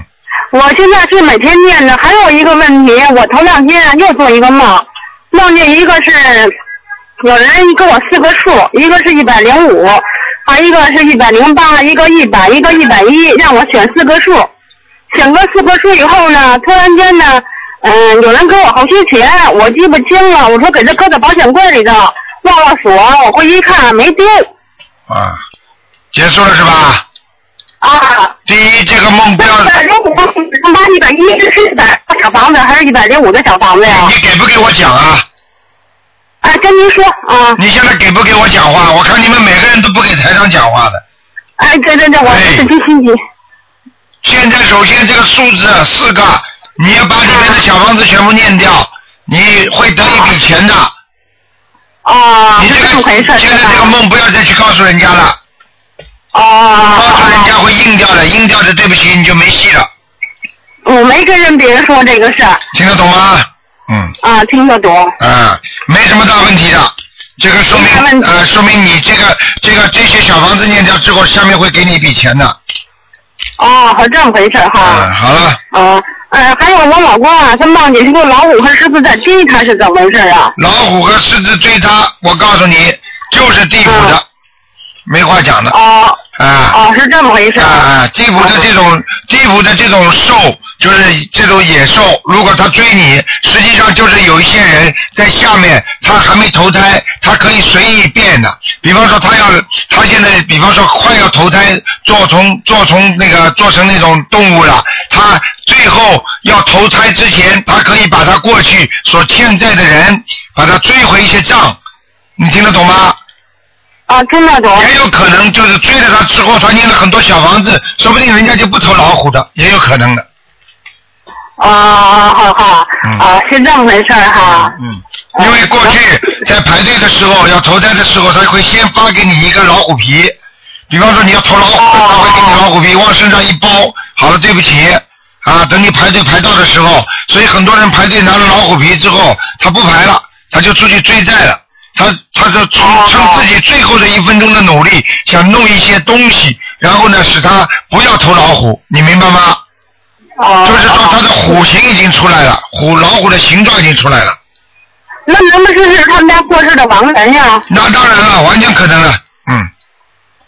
C: 我现在是每天念的。还有一个问题，我头两天啊又做一个梦，梦见一个是有人给我四个数，一个是一百零五，还一个是一百零八，一个一百，一个一百一，让我选四个数。选个四个数以后呢，突然间呢，嗯、有人给我好些钱，我记不清了，我说给他搁在保险柜里头，忘了锁，我回去一看没丢
B: 啊，结束了是吧？
C: 啊。
B: 第一，这个梦不
C: 那
B: 要，
C: 一百零五、零八、一百一，这是一百小房子还是一百零五的小房子呀？
B: 你给不给我讲啊？
C: 啊，跟您说啊，
B: 你现在给不给我讲话？我看你们每个人都不给台上讲话的。
C: 哎，对对对，我
B: 哎
C: 是真心急。
B: 现在首先这个数字啊四个，你要把里面的小房子全部念掉，你会得一笔钱的。
C: 哦，
B: 你
C: 是
B: 这
C: 这
B: 个
C: 么回事，
B: 现在
C: 对
B: 这个
C: 吧？
B: 梦不要再去告诉人家了，
C: 哦
B: 告诉人
C: 哦，
B: 家会硬掉的，硬掉的对不起你就没戏了，
C: 哦我没跟人别人说这个事儿
B: 听得懂吗？嗯，
C: 啊，听得懂。
B: 啊，没什么大问题的。这个说
C: 没大问
B: 明
C: 题
B: 呃，说明你这个这个这些小房子念掉之后，下面会给你一笔钱的。
C: 哦，是这么回事
B: 嗯、
C: 哈。
B: 好了，
C: 哦，
E: 呃，还有我老公啊，他梦见是个老虎和狮子在追他，是怎么回事啊？
B: 老虎和狮子追他，我告诉你，就是地府的，没话讲的
E: 哦
B: 啊
E: 哦，是这么回事
B: 啊
E: 啊。
B: 啊！地府的这种地府的这种兽，就是这种野兽，如果他追你，实际上就是有一些人在下面，他还没投胎，他可以随意变的。比方说，他要他现在，比方说快要投胎，做从做从那个做成那种动物了，他最后要投胎之前，他可以把他过去所欠债的人，把他追回一些账。你听得懂吗？
E: 啊，听得懂。
B: 也有可能就是追着他之后，他念了很多小房子，说不定人家就不投老虎的，也有可能的。
E: 啊，好好
B: 嗯，
E: 啊，是这么回事儿哈。
B: 嗯，因为过去在排队的时候，要投胎的时候，他会先发给你一个老虎皮，比方说你要投老虎，
E: 哦
B: 他会给你老虎皮往身上一包，好了，对不起。啊，等你排队排到的时候，所以很多人排队拿了老虎皮之后，他不排了，他就出去追债了。他他是趁
E: 哦
B: 趁自己最后的一分钟的努力，想弄一些东西，然后呢，使他不要投老虎，你明白吗？嗯
E: 哦。
B: 就是说
E: 哦
B: 他的虎形已经出来了，虎老虎的形状已经出来了。
E: 那能不能是他们家过世的亡人呀？
B: 那当然了，完全可能了。嗯，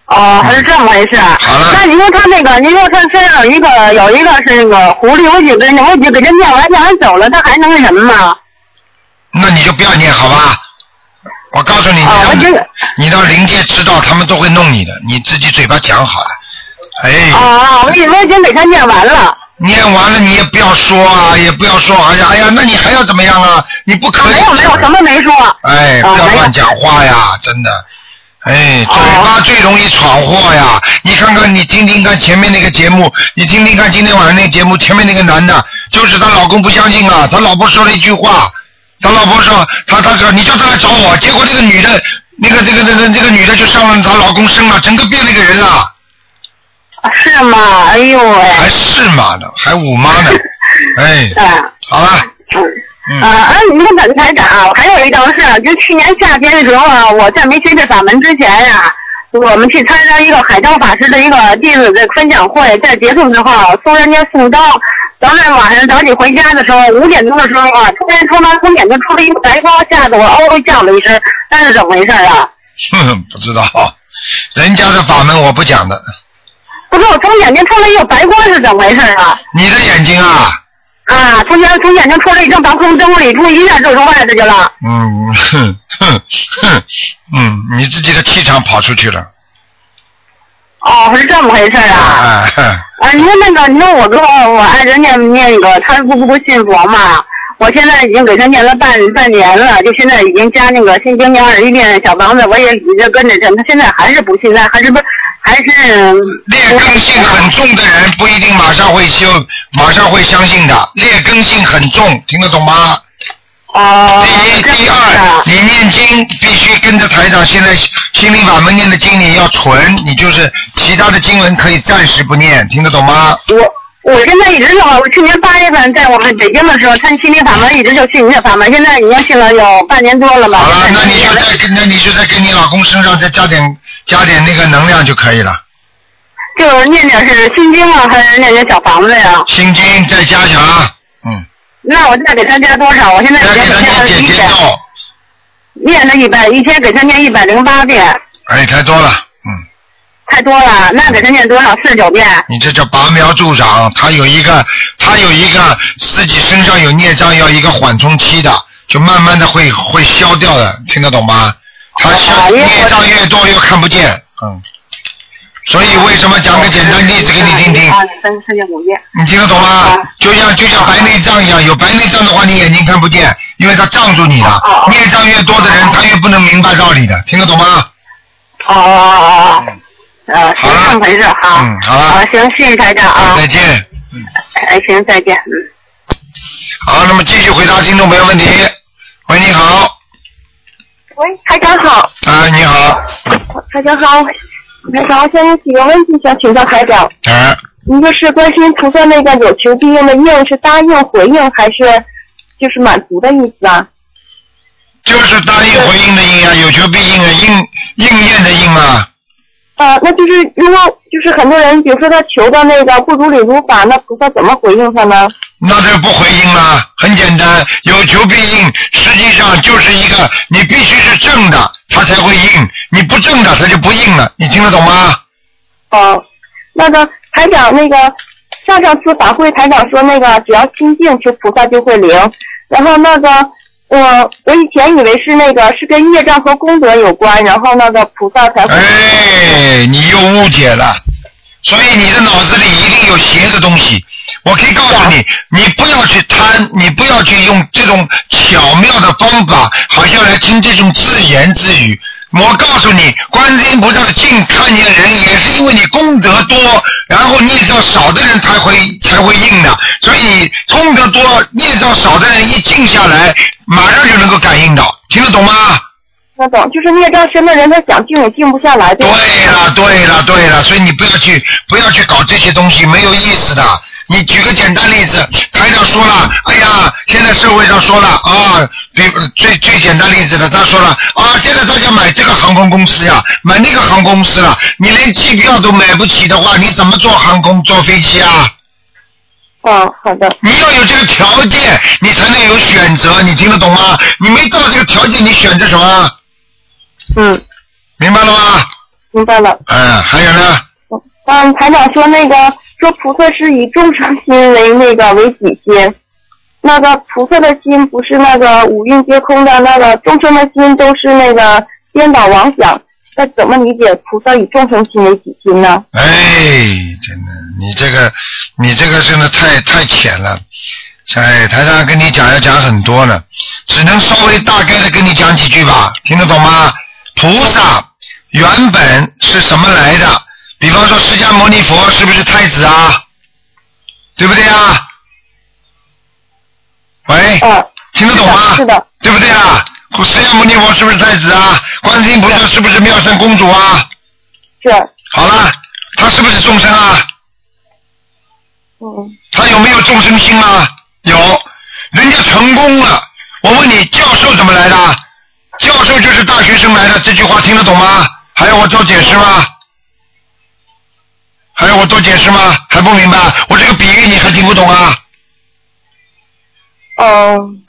E: 哦，还是这么回事。
B: 好了
E: 那您说他那个，您说他身上有一个有一个是那个狐狸，我几个我几个人念完念完走了，他还能什么吗？
B: 那你就不要念好吧？我告诉你，你
E: 啊
B: 到、
E: 我觉得
B: 你到临界知道，他们都会弄你的，你自己嘴巴讲好了。哎，
E: 啊，我以为已经给他念完了。
B: 念完了你也不要说啊，也不要说，哎呀哎呀，那你还要怎么样啊？你不可以。
E: 没有没有，什么没说。
B: 哎，不
E: 啊
B: 要
E: 没有哦
B: 乱讲话呀，真的。哎，嘴巴最容易闯祸呀！你看看，你听听看前面那个节目，你听听看今天晚上那个节目，前面那个男的，就是她老公不相信啊，她老婆说了一句话，她老婆说，她她说你叫她来找我，结果这个女的，那个这个这个这个女的就上了她老公身了，整个变了一个人了，
E: 啊是吗？哎呦喂。
B: 还是妈呢，还五妈 呢，哎，
E: 啊。
B: 好了，
E: 嗯
B: 嗯
E: 啊，啊！你看咱台长啊，我还有一档事啊，就去年夏天的时候啊，我在没学这法门之前呀、我们去参加一个海涛法师的一个弟子的分享会，在结束之后啊突然间送刀，咱们晚上早起回家的时候，五点钟的时候啊，突然从马桶眼就出了一个白光，吓得我嗷嗷叫了一声，那是怎么回事啊？
B: 哼哼，嗯 不知道，人家的法门我不讲的，
E: 不是我从眼睛出来一个白光是怎么回事啊？
B: 你的眼睛啊。
E: 啊，从眼从眼睛出来一张白光灯里，出一下就从外头去了。
B: 嗯哼哼哼，嗯，你自己的气场跑出去了，
E: 哦，是这么回事啊？
B: 哎，哼
E: 啊，你说那个，你说我跟我我爱人念念那个，他不不不信佛嘛？我现在已经给他念了半半年了，就现在已经加那个新经念二十一遍小房子，我也一直跟着他，他现在还是不信，那还是不还是
B: 劣根性很重的人不一定马上会修，马上会相信的。劣根性很重，听得懂吗？
E: 哦，
B: 第一，
E: 这
B: 哎第
E: 样
B: 二
E: 啊，
B: 你念经必须跟着台长现在心灵法门念的经你要纯，你就是其他的经文可以暂时不念，听得懂吗？
E: 我我现在一直有，我去年八月份在我们北京的时候，他心理法门一直就信你的法门，现在已经信了有半年多了吧。
B: 好了，
E: 现
B: 那
E: 在
B: 你就再跟，那你就再给你老公身上再加点加点那个能量就可以了。
E: 就是念点是心经啊，还是念点小房子呀、
B: 心经再加强，嗯。
E: 那我再给他加多少？我现在
B: 要
E: 已
B: 给
E: 经给
B: 他
E: 他
B: 念
E: 一
B: 姐姐
E: 百，
B: 咒，
E: 念了一百，一天给他念一百零八遍，
B: 哎，太多了，嗯，
E: 太多了。那给他念多少？四十九遍。
B: 你这叫拔苗助长。他有一个，他有一个自己身上有孽障，要一个缓冲期的，就慢慢的会会消掉的，听得懂吗？他消、
E: 啊因为我
B: 孽障越多越看不见，嗯。所以为什么讲个简单例子给你听听？
E: 啊，三三点五页。
B: 你听得懂吗
E: 啊？
B: 就像就像白内障一样，有白内障的话，你眼睛看不见，因为它障住你了
E: 哦。哦
B: 孽障越多的人，他越不能明白道理的，听得懂吗？
E: 哦哦哦哦。呃，
B: 好
E: 行，
B: 了
E: 这么回事哈。
B: 嗯好了
E: 啊，行，谢谢台长啊
B: 再。见。
E: 哎，行，再见。嗯。
B: 好，那么继续回答听众朋友问题。喂，你好，
F: 喂，台长好，
B: 啊，你好，
F: 台长好，台长，我现在有几个问题想请教台长，
B: 啊，
F: 您就是观世音菩萨那个有求必应的应是答应回应还是就是满足的意思啊？
B: 就是答应回应的应啊，有求必应啊，应应验的应啊，
F: 呃，那就是如果就是很多人，比如说他求的那个不如理如法，那菩萨怎么回应他呢？
B: 那这不回应了，很简单，有求必应，实际上就是一个你必须是正的，他才会应；你不正的，他就不应了。你听得懂吗？
F: 哦，那个台长，那个上上次法会台长说那个只要心静，求菩萨就会灵。然后那个我我以前以为是那个是跟业障和功德有关，然后那个菩萨才会。
B: 哎，你又误解了，所以你的脑子里一定有邪的东西。我可以告
F: 啊
B: 诉你，你不要去贪，你不要去用这种巧妙的方法，好像来听这种自言自语。我告诉你，观世音菩萨的净看见人，也是因为你功德多，然后孽障少的人才会才会应的。所以你功德多，孽障少的人一静下来，马上就能够感应到，听得懂吗？
F: 那种就是孽障深的人，他想静也静不下来。对
B: 对
F: 吧
B: 了，对了，对了，所以你不要去，不要去搞这些东西，没有意思的。你举个简单例子，台长说了，哎呀，现在社会上说了啊，比最最简单例子的，他说了啊，现在大家买这个航空公司呀，买那个航空公司了，你连机票都买不起的话，你怎么坐航空坐飞机啊？
F: 哦，好的，
B: 你要有这个条件，你才能有选择，你听得懂吗？你没到这个条件，你选择什么？
F: 嗯，
B: 明白了吗？
F: 明白了。
B: 嗯，还有呢？
F: 嗯，台长说那个说菩萨是以众生心为那个为己心，那个菩萨的心不是那个五蕴皆空的，那个众生的心都是那个颠倒妄想。那怎么理解菩萨以众生心为己心呢？
B: 哎，真的，你这个，你这个真的太太浅了。哎，台上跟你讲要讲很多呢，只能稍微大概的跟你讲几句吧，听得懂吗？菩萨原本是什么来的？比方说释迦牟尼佛是不是太子啊？对不对啊？喂，
F: 嗯、
B: 听得懂吗？
F: 是的，
B: 对不对啊？释迦牟尼佛是不是太子啊？观世音菩萨是不是妙善公主啊？
F: 是，
B: 好了，他是不是众生啊？
F: 嗯，
B: 他有没有众生心啊？有，人家成功了。我问你，教授怎么来的？教授就是大学生来的，这句话听得懂吗？还要我多解释吗？还要我多解释吗？还不明白？我这个比喻你还听不懂啊？
F: 嗯，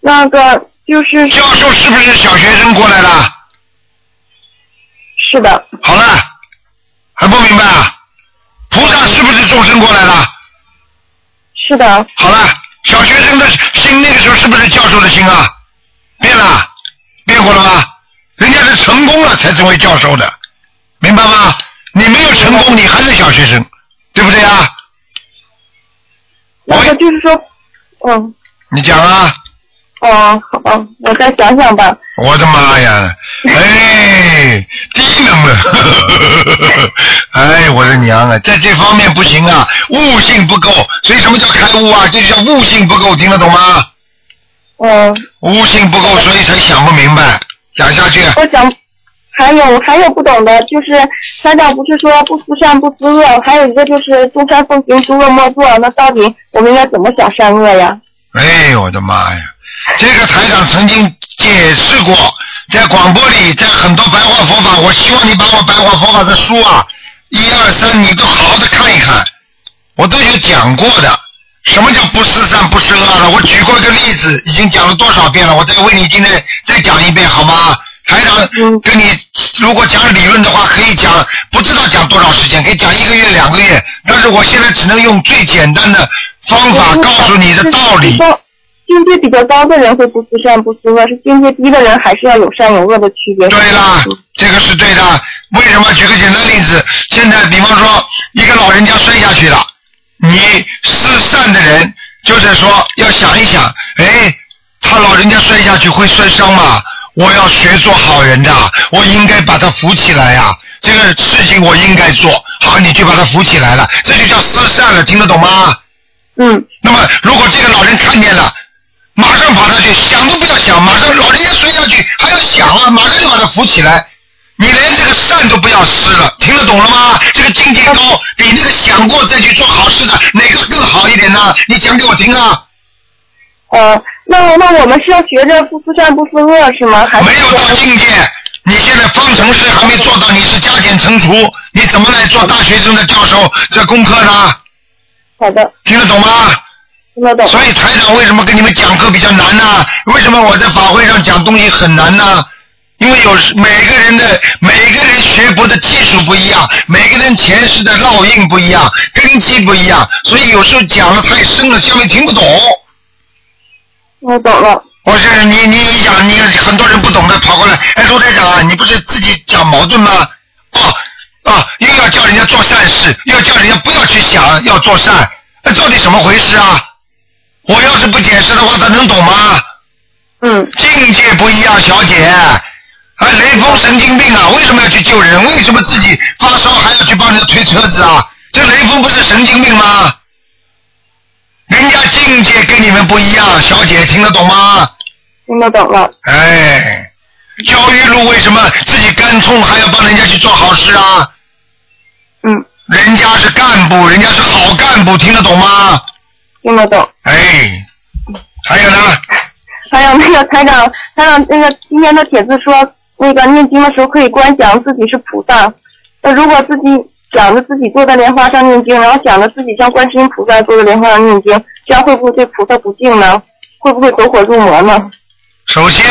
F: 那个就是
B: 教授是不是小学生过来的？
F: 是的，
B: 好了，还不明白啊？菩萨是不是众生过来的？
F: 是的，
B: 好了，小学生的心那个时候是不是教授的心啊？变了，变过了吗？人家是成功了才成为教授的，明白吗？你没有成功，你还是小学生，对不对啊？
F: 那个就是说，嗯。
B: 你讲啊！
F: 哦，好吧，我再想想吧。
B: 我的妈呀！哎，低能了！ 哎，我的娘啊，在这方面不行啊，悟性不够。所以什么叫开悟啊？这就叫悟性不够，听得懂吗？
F: 嗯，
B: 悟性不够，所以才想不明白。讲下去。
F: 我想还有还有不懂的，就是团长不是说不思善不思恶，还有一个就是众善奉行，诸恶莫作。那到底我们应该怎么想善恶呀？
B: 哎，我的妈呀！这个台长曾经解释过，在广播里，在很多白话佛法，我希望你把我白话佛法的书啊，一二三，你都好好的看一看，我都有讲过的。什么叫不是善不是恶了？我举过一个例子，已经讲了多少遍了？我再为你今天再讲一遍好吗？台长
F: 嗯
B: 跟你如果讲理论的话，可以讲不知道讲多少时间，可以讲一个月、两个月，但是我现在只能用最简单的方法告诉你的道 理。
F: 就是境界比较高的人会不思善不思恶，是境界低的人还是要有善有恶的区别。
B: 对啦，这个是对的。为什么？举个简单例子，现在比方说一个老人家摔下去了，你是善的人，就是说要想一想，哎，他老人家摔下去会摔伤吗？我要学做好人的，我应该把他扶起来呀、这个事情我应该做好，你就把他扶起来了，这就叫思善了，听得懂吗？
F: 嗯，
B: 那么如果这个老人看见了，马上跑上去，想都不要想，马上老人家摔下去还要想啊，马上就把他扶起来。你连这个善都不要施了，听得懂了吗？这个境界高，比那个想过再去做好事的哪个更好一点呢？你讲给我听啊！
F: 呃，那那我们是要学着不思善不思恶是吗？还是
B: 没有到境界，你现在方程式还没做到，你是加减乘除，你怎么来做大学生的教授这功课呢？
F: 好的，
B: 听得懂吗？
F: 听得懂。
B: 所以台长为什么跟你们讲课比较难呢、为什么我在法会上讲东西很难呢、因为有时每个人的每个人学佛的技术不一样，每个人前世的烙印不一样，根基不一样，所以有时候讲的太深了，下面听不懂。
F: 我懂了。
B: 我是你你一讲，你很多人不懂的跑过来，哎，卢台长啊，你不是自己讲矛盾吗？哦哦，又要叫人家做善事，又要叫人家不要去想，要做善，哎，到底怎么回事啊？我要是不解释的话，他能懂吗？
F: 嗯，
B: 境界不一样，小姐。哎，雷锋神经病啊！为什么要去救人？为什么自己发烧还要去帮人家推车子啊？这雷锋不是神经病吗？人家境界跟你们不一样，小姐听得懂吗？
F: 听得懂了。
B: 哎，焦裕禄为什么自己干冲还要帮人家去做好事啊？
F: 嗯，
B: 人家是干部，人家是好干部，听得懂吗？
F: 听得懂。
B: 哎，还有呢？
F: 还有那个台长，台长那个今天的帖子说，那个念经的时候可以观想自己是菩萨。那如果自己想着自己坐在莲花上念经，然后想着自己像观世音菩萨坐在莲花上念经，这样会不会对菩萨不敬呢？会不会走火入魔呢？
B: 首先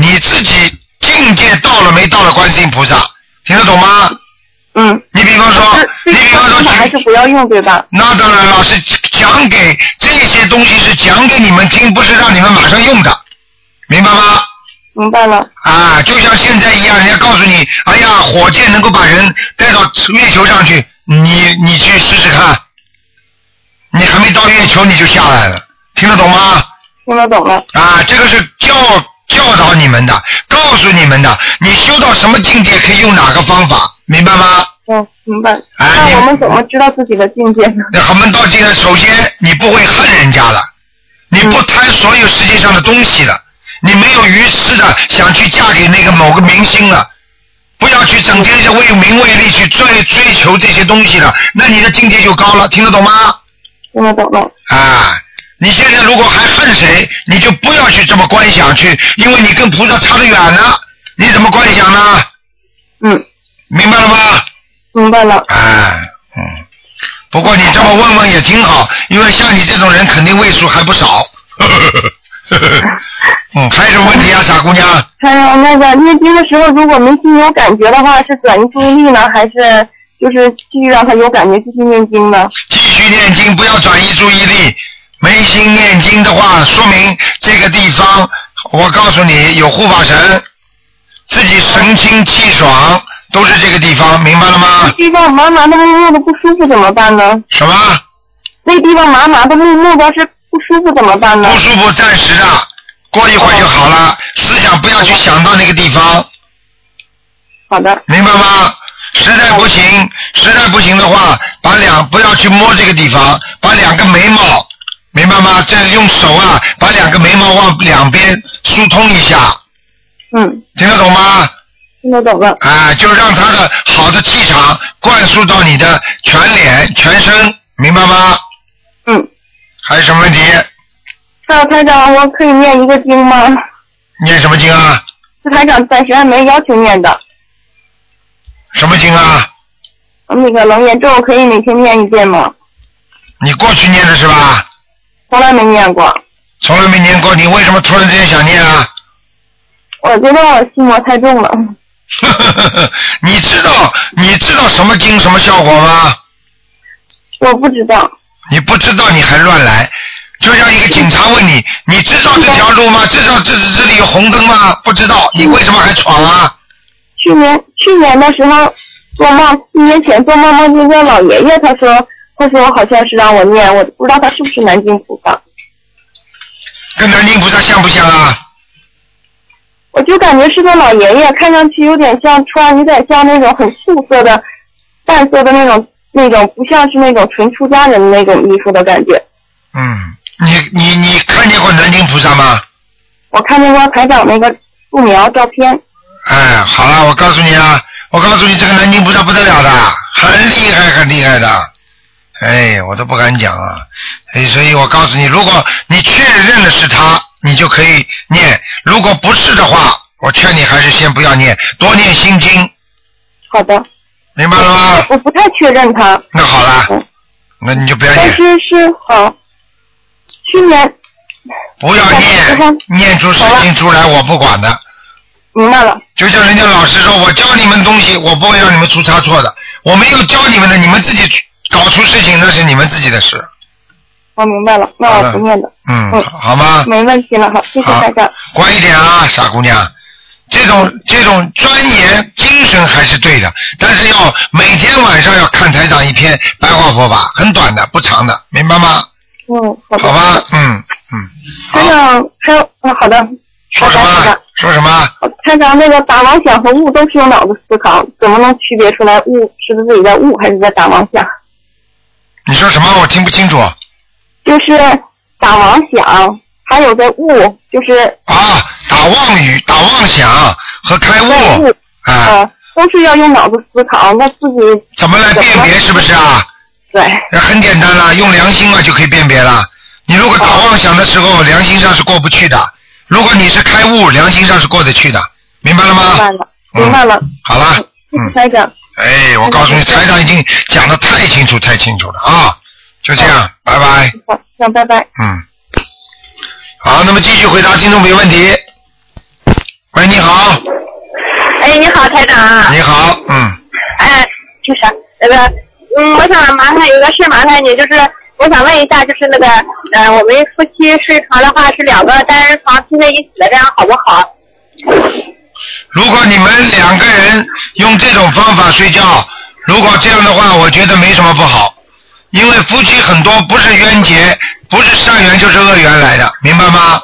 B: 你自己境界到了没到了观世音菩萨，听得懂吗？
F: 嗯，
B: 你比方说，哦你
F: 这
B: 比
F: 个
B: 方说
F: 方法还是
B: 举，
F: 不要用，对吧？
B: 那当然了，是讲给这些东西是讲给你们听，不是让你们马上用的，明白吗？
F: 明白了，
B: 啊，就像现在一样，人家告诉你，哎呀，火箭能够把人带到月球上去，你你去试试看，你还没到月球你就下来了，听得懂吗？
F: 听得懂了。
B: 啊，这个是教教导你们的，告诉你们的，你修到什么境界可以用哪个方法，明白吗？
F: 嗯，明白。
B: 哎你
F: 那我们怎么知道自己的境界呢？
B: 那横门道境呢，首先你不会恨人家了，你不贪所有世界上的东西了，你没有愚痴的想去嫁给那个某个明星了，不要去整天是为名为利去追追求这些东西了，那你的境界就高了，听得懂吗？
F: 听得懂了，
B: 啊，你现在如果还恨谁，你就不要去这么观想去，因为你跟菩萨差得远了，你怎么观想呢？
F: 嗯，
B: 明白了吗？
F: 明白了，
B: 哎，嗯，不过你这么问问也挺好，因为像你这种人肯定位数还不少。嗯，还有什么问题啊，傻姑娘？
F: 还有那个念经的时候，如果没心有感觉的话，是转移注意力呢，还是就是继续让他有感觉继续念经呢？
B: 继续念经，不要转移注意力。没心念经的话，说明这个地方，我告诉你有护法神，自己神清气爽，都是这个地方，明白了
F: 那
B: 吗？
F: 地方麻麻的、木木的不舒服怎么办呢？
B: 什么
F: 那地方麻麻的、木木的是不舒服怎么办呢
B: 不？舒服暂时的，过一会儿就好了。思想不要去想到那个地方，
F: 好的，
B: 明白吗？实在不行，实在不行的话，把两不要去摸这个地方，把两个眉毛，明白吗？这用手啊，把两个眉毛往两边疏通一下，
F: 嗯，
B: 听得懂吗？
F: 听得懂了，
B: 啊，就让他的好的气场灌输到你的全脸、全身，明白吗？
F: 嗯。
B: 还有什么问题？
F: 还有台长，我可以念一个经吗？
B: 念什么经啊？
F: 是台长暂时还没要求念的，
B: 什么经啊？
F: 那个楞严咒可以每天念一遍吗？
B: 你过去念的是吧？
F: 从来没念过。
B: 从来没念过，你为什么突然之间想念啊？
F: 我觉得我心魔太重了，
B: 你知道你知道什么经什么效果吗？
F: 我不知道。
B: 你不知道你还乱来，就像一个警察问你，你知道这条路吗？知道这这里有红灯吗？不知道，你为什么还闯啊？
F: 去年去年的时候做梦，一年前做梦梦见一个老爷爷，他说他说好像是让我念，我不知道他是不是南京菩萨，
B: 跟南京菩萨像不像啊？
F: 我就感觉是个老爷爷，看上去有点像穿有点像那种很素色的淡色的那种那种，不像是那种纯出家人的那种衣服的感觉。
B: 嗯，你你你看见过南京菩萨吗？
F: 我看见过台长那个素描照片，
B: 哎，好了，我告诉你啊，我告诉你，这个南京菩萨不得了的，很厉害，很厉害的。哎，我都不敢讲啊。哎，所以我告诉你，如果你确认了是他，你就可以念；如果不是的话，我劝你还是先不要念，多念心经，
G: 好的，
B: 明白了吗？
G: 我不太确认他，
B: 那好了，那你就不要
F: 哎
G: 但
B: 念，
G: 是是好，去年
B: 不要念，念出事情出来我不管的。
G: 明白了，
B: 就像人家老师说，我教你们东西，我不会让你们出差错的，我没有教你们的，你们自己搞出事情那是你们自己的事。
G: 我明白了，那
B: 好
G: 我
B: 的
G: 不念了，
B: 嗯，
G: 嗯
B: 好吗？
G: 没问题了，好，谢谢
B: 好
G: 大家，
B: 乖一点啊，傻姑娘。这种这种钻研精神还是对的，但是要每天晚上要看台长一篇白话佛法，很短的，不长的，明白吗？
G: 嗯，好
B: 好
G: 的，
B: 吧，嗯嗯，
G: 台
B: 好，
G: 长，还有，嗯，好的，
B: 说
G: 好
B: 什
G: 的，好
B: 么
G: 的。？
B: 说什么？
G: 台长，那个打妄想和悟都是用脑子思考，怎么能区别出来悟是自己在悟还是在打妄想？
B: 你说什么？我听不清楚啊！
G: 就是打妄想，还有在悟，就是
B: 啊打妄语、打妄想和开
G: 在
B: 悟
G: 悟，
B: 啊，
G: 呃，都是要用脑子思考，那自己
B: 怎么来辨别是不是啊？
G: 对，
B: 那很简单啦，用良心嘛就可以辨别了。你如果打妄想的时候，良心上是过不去的；如果你是开悟，良心上是过得去的，明白了
F: 啊
G: 明白
B: 吗？嗯
G: 了，明白
F: 嗯
G: 了，嗯
B: 好啦，
G: 谢谢
B: 嗯，
G: 台长，
B: 哎，我告诉你，台长已经讲的太清楚太清楚了啊，就这样，拜拜，
G: 好，那拜拜。
B: 嗯。好，那么继续回答听众朋友问题。喂，你好，
F: 哎，你好，台长啊。
B: 你好，嗯，
F: 哎，就是那个，嗯，我想麻烦有个事麻烦你，就是我想问一下，就是那个，呃，我们夫妻睡床的话是两个单人床拼在一起的，这样好不好？
B: 如果你们两个人用这种方法睡觉，如果这样的话，我觉得没什么不好，因为夫妻很多不是冤结，不是善缘就是恶缘来的，明白吗？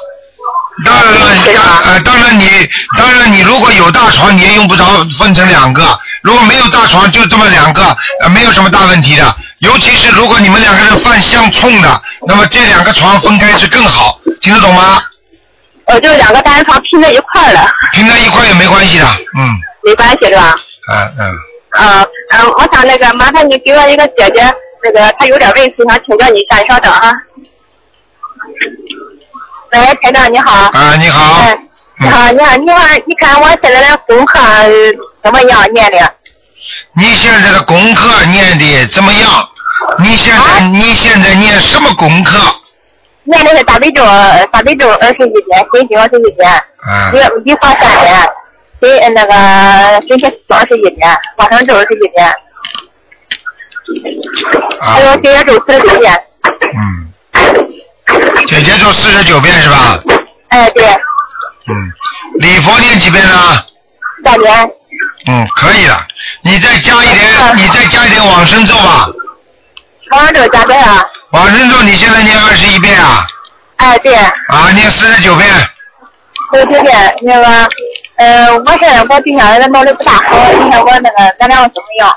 B: 当然了，呀呃，当然你，当然你如果有大床，你也用不着分成两个；如果没有大床，就这么两个，呃，没有什么大问题的。尤其是如果你们两个人犯相冲的，那么这两个床分开是更好，听得懂吗？
F: 呃，就是两个单人床拼在一块儿了，
B: 拼在一块也没关系的，嗯，
F: 没关系是吧？
B: 嗯嗯。
F: 呃，嗯，我想那个麻烦你给我一个姐姐，那个她有点问题想请教你一下，你稍等啊。喂，台长你好。
B: 啊，你好。
F: 哎你好，你好，你好，你看我现在的功课呃怎么样念的？
B: 你现在的功课念的怎么样？你现在、
F: 啊
B: 你现在念什么功课？
F: 念的是大悲咒，大悲咒二十一遍，心经二十一遍，
B: 啊
F: 礼礼佛三遍，心那个心经二十一遍，往生咒二十一遍，
B: 啊
F: 还，有心经咒四十九遍。
B: 嗯，姐姐做四十九遍是吧？
F: 哎，对，
B: 嗯，礼佛念几遍呢？
F: 大姐，
B: 嗯，可以了。你再加一
F: 嗯
B: 点，你再加一点往生咒吧。
F: 往生咒加多少？
B: 往生咒你现在念二十一遍啊，
F: 哎，对，
B: 啊，念四十九遍，
F: 四十九遍。那个，呃，我是我对象的脑力不大好，你看我那个咱俩怎么样？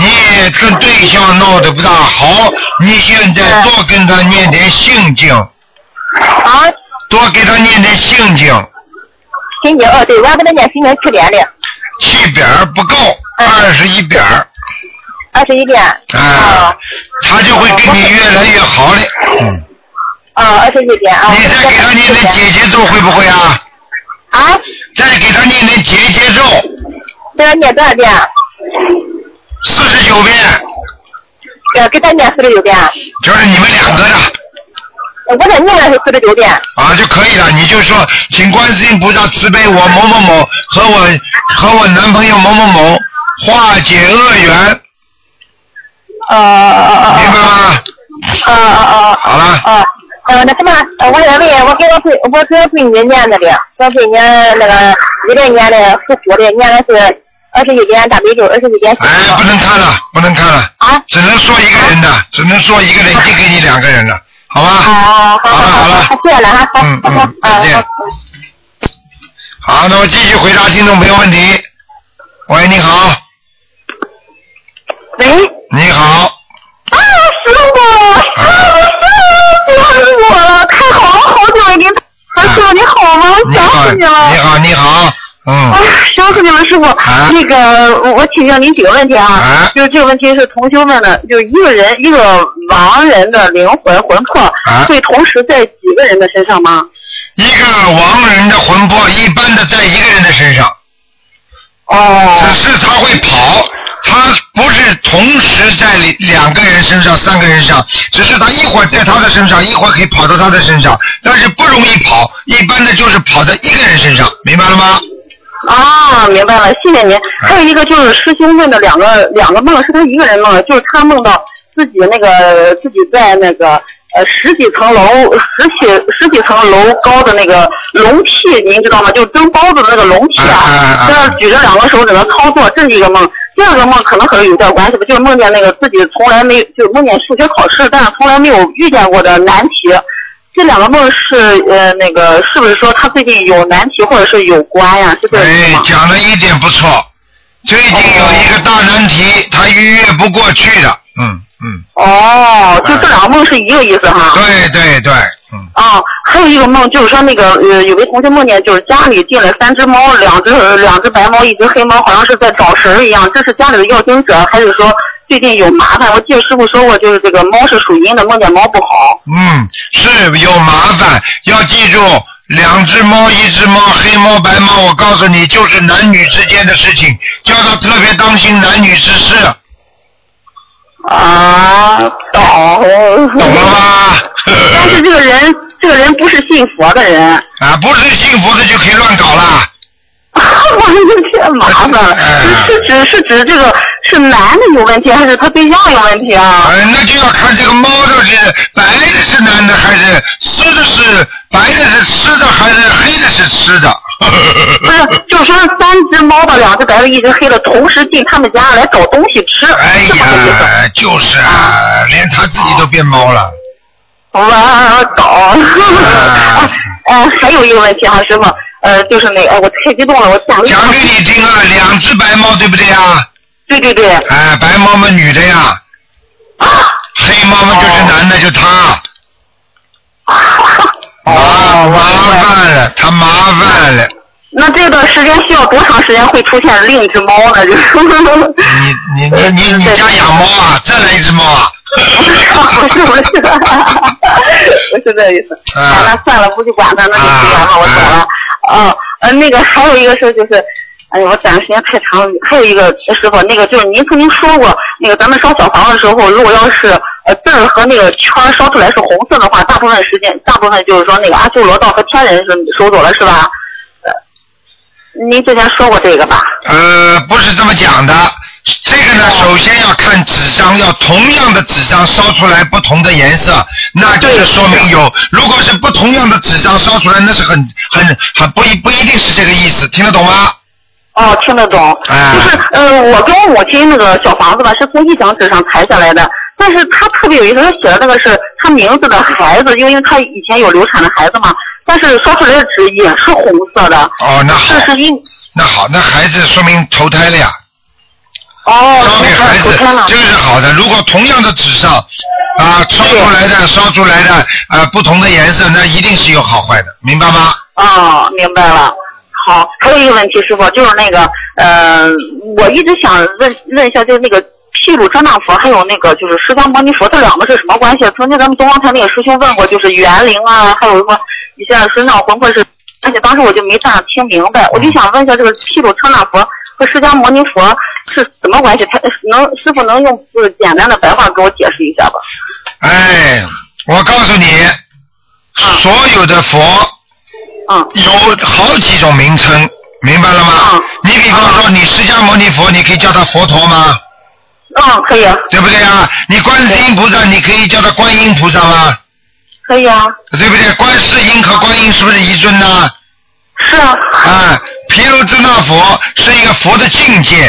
B: 你也跟对象闹得不大好，你现
F: 嗯
B: 在多跟他念点性经，
F: 啊，
B: 多给他念点性经。
F: 心经哦，对，我还给他念心经七遍的，
B: 七点儿不够，
F: 嗯
B: 二十一点儿，
F: 二十一遍。
B: 啊，他就会跟你越来越好嘞。嗯，
F: 哦，二十一遍啊。
B: 你再给他念点姐姐咒会不会啊？
F: 啊，
B: 再给他念点姐姐咒，
F: 这要念多少遍？
B: 四十九遍，
F: 呃，给他念四十九遍，
B: 就是你们两个的
F: 我这念的是四十九遍。
B: 啊就可以了。你就说，请观世音菩萨慈悲我某某某和我和我男朋友某某某化解恶缘，
F: 哦哦
B: 明白吗？
F: 哦哦哦
B: 好了。
F: 哦。呃，那什么，呃我也问，我给我闺，我给我闺女念的了，我闺女那个一零年的属虎的，念的是二十一遍大悲咒，二十一遍心
B: 哎，不
F: 经。
B: 能看了，不能看了，
F: 啊
B: 只能说一个人的，只能说一个人，就给你两个人了，好吧？
F: 啊，好
B: 好了好
F: 好
B: 了
F: 好，谢谢了哈，好
B: 嗯
F: 好好
B: 嗯，再见
F: 好
B: 好，那我继续回答听众朋友问题。喂，你好，
F: 喂，
B: 你好，
F: 啊，师傅，师傅，我了，太好了，好久没给，师傅你好吗？
B: 哎你好，
F: 想死你了
B: 你。好，你好，嗯
F: 哎，师傅
E: 谢您了，啊师傅。
B: 啊
E: 那个，我我请教您几个问题啊，
B: 啊
E: 就是这个问题是同修们的，就是一个人一个亡人的灵魂魂魄、
B: 啊
E: 会同时在几个人的身上吗？
B: 一个亡人的魂魄一般的在一个人的身上，
E: 哦
B: 只是他会跑，他不是同时在里两个人身上、三个人上，只是他一会儿在他的身上，一会儿可以跑到他的身上，但是不容易跑，一般的就是跑在一个人身上，明白了吗？
E: 啊，明白了，谢谢
B: 嗯
E: 您。还有一个就是师兄问的两个两个梦，是他一个人梦的，就是他梦到自己那个自己在那个呃十几层楼十几十几层楼高的那个笼屉，您知道吗？就是蒸包子的那个笼屉
B: 啊啊啊
E: 啊，这样举着两个手指头操作，这是一个梦。第二个梦可能和有点关系吧，就是梦见那个自己从来没就是梦见数学考试，但是从来没有遇见过的难题。这两个梦是呃那个是不是说他最近有难题或者是有关呀、是这个意思
B: 哎
E: 吗，？
B: 讲的一点不错，最近有一个大难题，他逾越不过去的，嗯嗯，
E: 哦，就这两个梦是一个意思哈。
B: 对对对，嗯，
E: 啊，还有一个梦就是说那个呃，有位同学梦见就是家里进了三只猫，两只呃两只白猫，一只黑猫，好像是在找食儿一样。这是家里的要经者，还是说最近有麻烦？我记得师傅说过，就是这个猫是属阴的，梦见猫不好。
B: 嗯，是有麻烦，要记住，两只猫，一只猫，黑猫白猫，我告诉你，就是男女之间的事情，叫他特别当心男女之事，
E: 啊，懂。
B: 懂了吗？
E: 但是这个人，这个人不是信佛的人。
B: 啊，不是信佛的就可以乱搞啦，
E: 我的天，麻烦了！是指是指这个是男的有问题，还是他对象有问题啊？
B: 呃，那就要看这个猫到底是白的是男的还是吃的是白的是吃的还是黑的是吃的。
E: 不是，就是说三只猫的，两只白的，一只黑的，同时进他们家来找东西吃，
B: 哎
E: 是这么个意思。
B: 呀，就是啊，连他自己都变猫 了。
E: 哇，搞！
B: 嗯啊
E: 哎，还有一个问题哈、师傅，呃，就是那，哎，我太激动了，我想
B: 讲给你听啊，两只白猫对不对啊？
E: 对对啊对，
B: 哎，白猫嘛女的呀，黑猫嘛就是男的，就他。啊，麻烦了，他麻烦了。
E: 那这段时间需要多长时间会出现另一只猫呢？ 就是。
B: 你你你你你家养猫啊？再来一只猫啊？
E: 不是不是，不是这意思。啊，那算了，不去管他，那就这样了，我懂了。哦，呃，那个还有一个事儿就是，哎呀，我等的时间太长了。还有一个呃师傅，那个就是您曾经说过，那个咱们烧小房的时候，如果要是呃字儿和那个圈儿烧出来是红色的话，大部分时间，大部分就是说那个阿修罗道和天人是收走了，是吧？呃，您之前说过这个吧？
B: 呃，不是这么讲的。这个呢，首先要看纸张，要同样的纸张烧出来不同的颜色，那就是说明有。如果是不同样的纸张烧出来，那是很很很不一不一定是这个意思，听得懂吗？
E: 哦，听得懂。
B: 哎
E: 就是呃，我跟我母亲那个小房子吧，是从一张纸上裁下来的。但是她特别有意思，她写的那个是她名字的孩子，因为她以前有流产的孩子嘛。但是烧出来的纸也是红色的，
B: 哦，那好
E: 这，是因
B: 那好，那孩子说明投胎了呀，
E: 哦，
B: 烧给
E: 那
B: 孩
E: 是
B: 子
E: 昨天了，
B: 这个是好的。如果同样的纸上啊烧出来的烧出来的啊、不同的颜色，那一定是有好坏的，明白吗？
E: 哦，明白了。好，还有一个问题，师傅，就是那个，呃，我一直想问问一下，就是那个毗卢遮那佛，还有那个就是释迦牟尼佛，这两个是什么关系？啊曾经咱们东方台那个师兄问过，就是园林啊，还有什么一些身上魂魄是，而且当时我就没大听明
B: 嗯
E: 白，我就想 问一下，这个毗卢遮那佛和释迦牟尼佛是什么关系？他能师傅能用就是简单的白话给我解释一下吧？
B: 哎，我告诉你，
E: 啊
B: 所有的佛
E: 嗯，
B: 有好几种名称，明白了吗
E: 嗯？
B: 你比方说，你释迦牟尼佛，你可以叫他佛陀吗？
E: 嗯，可以，
B: 对不对啊？你观世音菩萨，你可以叫他观音菩萨吗？
E: 可以啊，
B: 对不对？观世音和观音是不是一尊呢？
E: 是啊，
B: 啊，毗卢遮那佛是一个佛的境界，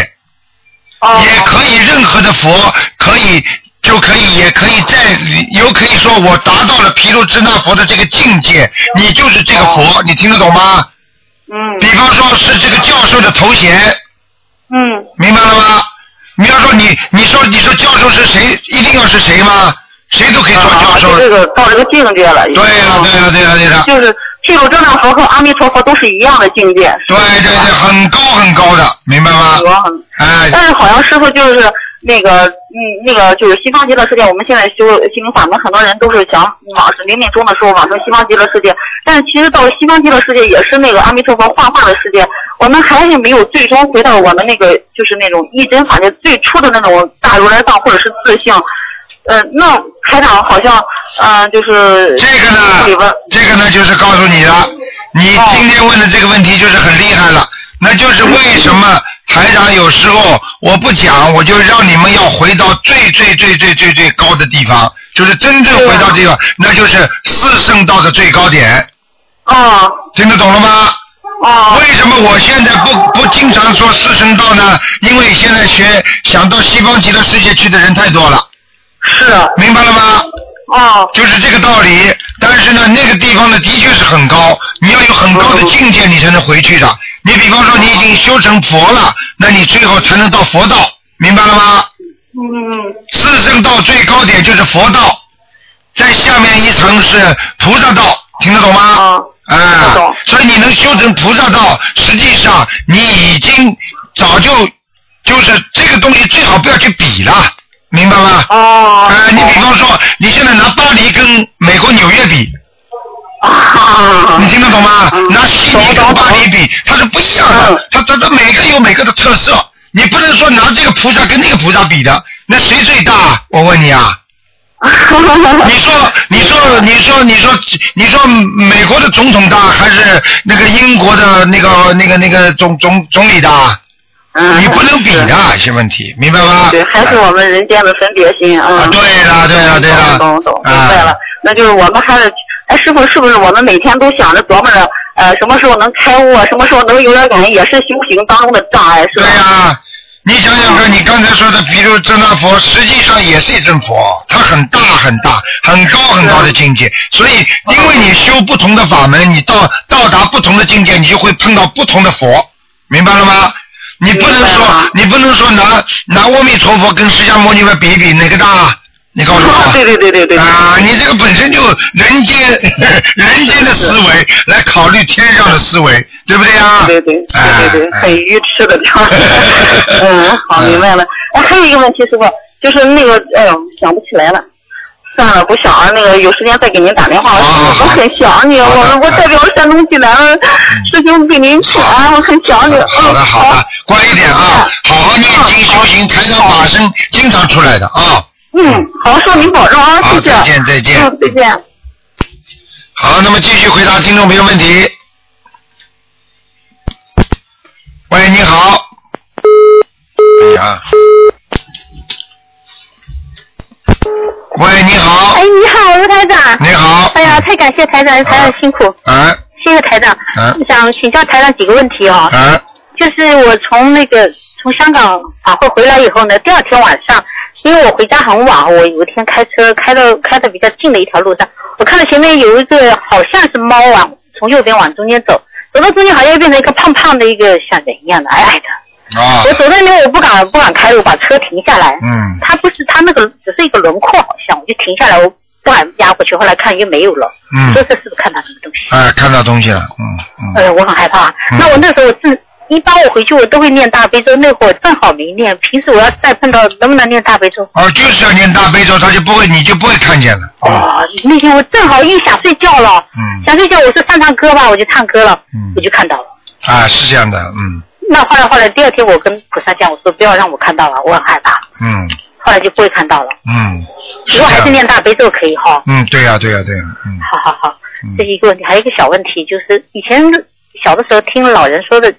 E: 哦，
B: 也可以任何的佛可以就可以，也可以在里有可以说我达到了毗卢遮那佛的这个境界，你就是这个佛，你听得懂吗？
E: 嗯
B: 比方说是这个教授的头衔，
E: 嗯。
B: 明白了吗？你要说你，你说你说教授是谁，一定要是谁吗？谁都可以做教授。
F: 啊
E: 啊、这个到这个境界了。已经
B: 对了，对了，对了，对了。
E: 就是毗卢遮那佛和阿弥陀佛都是一样的境界。
B: 对对对，很高很高的，明白吗？
E: 我很
B: 哎，
E: 但是好像师傅就是那个，嗯，那个就是西方极乐世界，我们现在修心灵法门，很多人都是想往是临命终的时候往生西方极乐世界，但是其实到了西方极乐世界也是那个阿弥陀佛画画的世界，我们还是没有最终回到我们那个就是那种一真法界最初的那种大如来藏或者是自性。呃，那台长好像，呃，就是
B: 这个
E: 里边
B: 呢，这个呢就是告诉你了，你今天问的这个问题就是很厉害了，那就是为什么台长有时候我不讲，我就让你们要回到最最最最最最高的地方，就是真正回到这个，那就是四圣道的最高点，
E: 啊
B: 听得懂了吗？
E: 啊
B: 为什么我现在不不经常说四圣道呢？因为现在学想到西方极乐世界去的人太多了，
E: 是
B: 明白了吗？
E: 啊
B: 就是这个道理。但是呢，那个地方呢，的确是很高，你要有很高的境界，你才能回去的。你比方说，你已经修成佛了，那你最后才能到佛道，明白了吗？
E: 嗯
B: 四圣道最高点就是佛道，在下面一层是菩萨道，听得懂吗？
E: 啊
B: 哎、
E: 得懂
B: 所以你能修成菩萨道，实际上你已经早就就是这个东西最好不要去比了，明白吗？
E: 哦
B: 呃，你比方说，你现在拿巴黎跟美国纽约比，
E: 啊
B: 你听得懂吗？拿悉尼跟巴黎比，它是不一样的
E: 嗯，
B: 它它它每个有每个的特色，你不能说拿这个菩萨跟那个菩萨比的，那谁最大？我问你啊，
E: 嗯
B: 你说你说你说你说你说美国的总统大还是那个英国的那个那个那个总总总理大？
E: 嗯，
B: 你不能比的，是问题，明白吗？
E: 对，还是我们人间的分别心啊。
B: 啊，对了对了对了，
E: 懂懂，明
B: 啊
E: 白了。那就是我们还是，哎，师傅是不是我们每天都想着琢磨着，呃，什么时候能开悟啊，什么时候能有点感觉，也是修行当中的障碍，是
B: 对
E: 吧？
B: 呀、你想想看，你刚才说的毗卢遮那佛，实际上也是一尊佛，它很大很大，很高很高的境界。所以，因为你修不同的法门，你到到达不同的境界，你就会碰到不同的佛，明白了吗？你不能
E: 明白
B: 说
E: 了，
B: 你不能说拿拿阿弥陀佛跟释迦牟尼佛比一比，哪个大？你告诉我。
E: 对对对对对，
B: 啊，你这个本身就人间 人间的思维来考虑天上的思维，对不对呀？
E: 对对对对对，
B: 哎
E: 很愚痴 的地方。嗯，好，明白了。哎，还有一个问题，师傅，就是那个，哎呦，想不起来了。算了，不想了。那个有时间再给您打电话。
B: 好好好
E: 我很想你，
B: 哦好的嗯
E: 我我代表山东济南师兄给您请安，我很想你。
B: 好的，
E: 嗯
B: 好的，乖一点啊，好好念经修行，台上法身经常出来的啊。
E: 嗯，好，说您保重啊，
B: 好，
E: 谢谢。
B: 再见，再见
E: 嗯，。再见。
B: 好，那么继续回答听众朋友问题。喂，你好。哎呀。喂，你好
F: 哎，，你好，卢台长。
B: 你好。
F: 哎呀，太感谢台长，台长辛苦，
B: 哎
F: 谢谢台长。
B: 哎
F: 想请教台长几个问题哦，
B: 哎，
F: 就是我从那个从香港法会回来以后呢，第二天晚上，因为我回家很晚，我有一天开车开到开到比较近的一条路上，我看到前面有一个好像是猫啊，从右边往中间走，走到中间好像又变成一个胖胖的一个像人一样的矮矮的，
B: 啊
F: 我，走到那边我不敢不敢开，我把车停下来，
B: 嗯，
F: 它不是它那个只是一个轮廓，好像我就停下来，我不敢压过去，后来看又没有了，
B: 嗯
F: 说这是不是看到什么东西？
B: 哎，看到东西了，嗯
F: 哎
B: 嗯，
F: 呦，我很害怕。
B: 嗯
F: 那我那时候正一般我回去我都会念大悲咒，那会儿正好没念，平时我要再碰到能不能念大悲咒？
B: 哦，就是要念大悲咒，他就不会，你就不会看见了，
F: 啊、那天我正好一想睡觉了，
B: 嗯
F: 想睡觉，我说唱唱歌吧，我就唱歌了，
B: 嗯
F: 我就看到了。
B: 啊，是这样的，嗯
F: 那后来后来第二天我跟菩萨讲，我说不要让我看到了，我很害怕。
B: 嗯
F: 后来就不会看到了，
B: 嗯，
F: 以后还是
B: 这样
F: 念大悲咒可以哈。
B: 嗯，对呀、对呀、对呀、嗯
F: 好好好，这
B: 嗯
F: 是一个问题，还有一个小问题，就是以前小的时候听老人说的，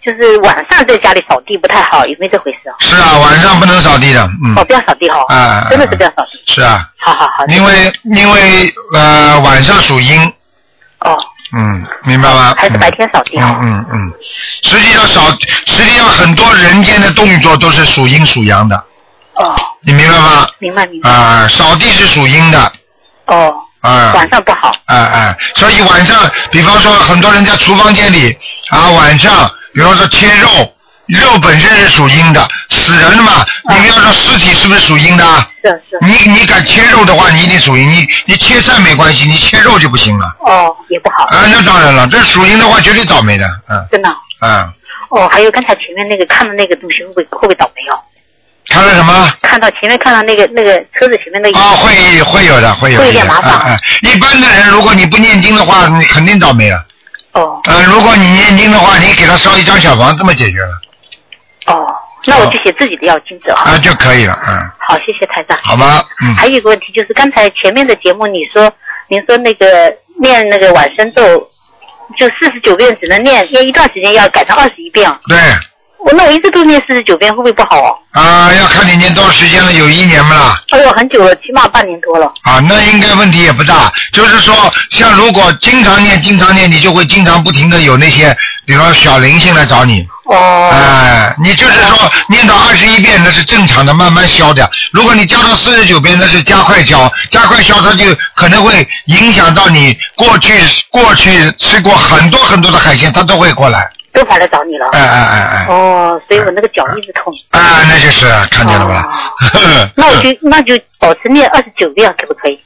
F: 就是晚上在家里扫地不太好，有没有这回事啊？
B: 是啊，晚上不能扫地的，嗯
F: 哦，，不要扫地哈、
B: 啊
F: 真的是不要扫地。
B: 是啊，
F: 好好好，
B: 因为因为呃晚上属阴，
F: 哦，
B: 嗯，明白吗？
F: 还是白天扫地
B: 嗯
E: 哦
F: 好。
B: 嗯嗯嗯，实际上少，实际上很多人间的动作都是属阴属阳的，
F: 哦，
B: 你明白吗？
F: 明白明
B: 嗯
F: 白。
B: 啊、扫地是属阴的，
F: 哦，
B: 啊、
F: 晚上不好。
B: 哎哎，所以晚上，比方说很多人在厨房间里啊，晚上，比方说切肉肉本身是属阴的，死人了嘛，你们要说尸体是不是属阴的啊？
E: 是是。
B: 你你敢切肉的话，你一定属阴。你你切菜没关系，你切肉就不行了。
E: 哦，也不好，
B: 啊，那当然了，这属阴的话绝对倒霉的，嗯
E: 真的。
B: 嗯。
E: 哦，还有刚才前面那个看的那个东西，会不会会不会倒霉哦？
B: 看了什么？
E: 看到前面看到那个那个车子前面那个
B: 啊，会会有的，会有的。
E: 会有点麻烦
B: 嗯嗯一般的人，如果你不念经的话，你肯定倒霉了。
E: 哦
B: 嗯，如果你念经的话，你给他烧一张小房，这么解决了
E: 哦，那我就写自己的要经者啊。
B: 啊就可以了，嗯，
E: 好，谢谢台长。
B: 好吧，嗯，
E: 还有一个问题就是，刚才前面的节目你说，您说那个念那个往生咒，就四十九遍只能念，念一段时间要改成二十一遍啊。
B: 对，
E: 我那我一直都念四十九遍，会不会不好哦？
B: 啊，要看你念多少时间了，有一年不啦？
E: 哎呦，很久了，起码半年多了。
B: 啊，那应该问题也不大。就是说，像如果经常念、经常念，你就会经常不停的有那些，比方小灵性来找你。
E: 哦
B: 哎、你就是说念到二十一遍那是正常的，慢慢消的。如果你加到四十九遍，那是加快消，加快消它就可能会影响到你过去过去吃过很多很多的海鲜，它都会过来。
E: 都跑来找你了。
B: 哎哎哎哎，
E: 哦，所以我那个脚一直痛。
B: 啊，那就是看见了吧？
E: 哦那我就那就保持念二十九遍，可不可以？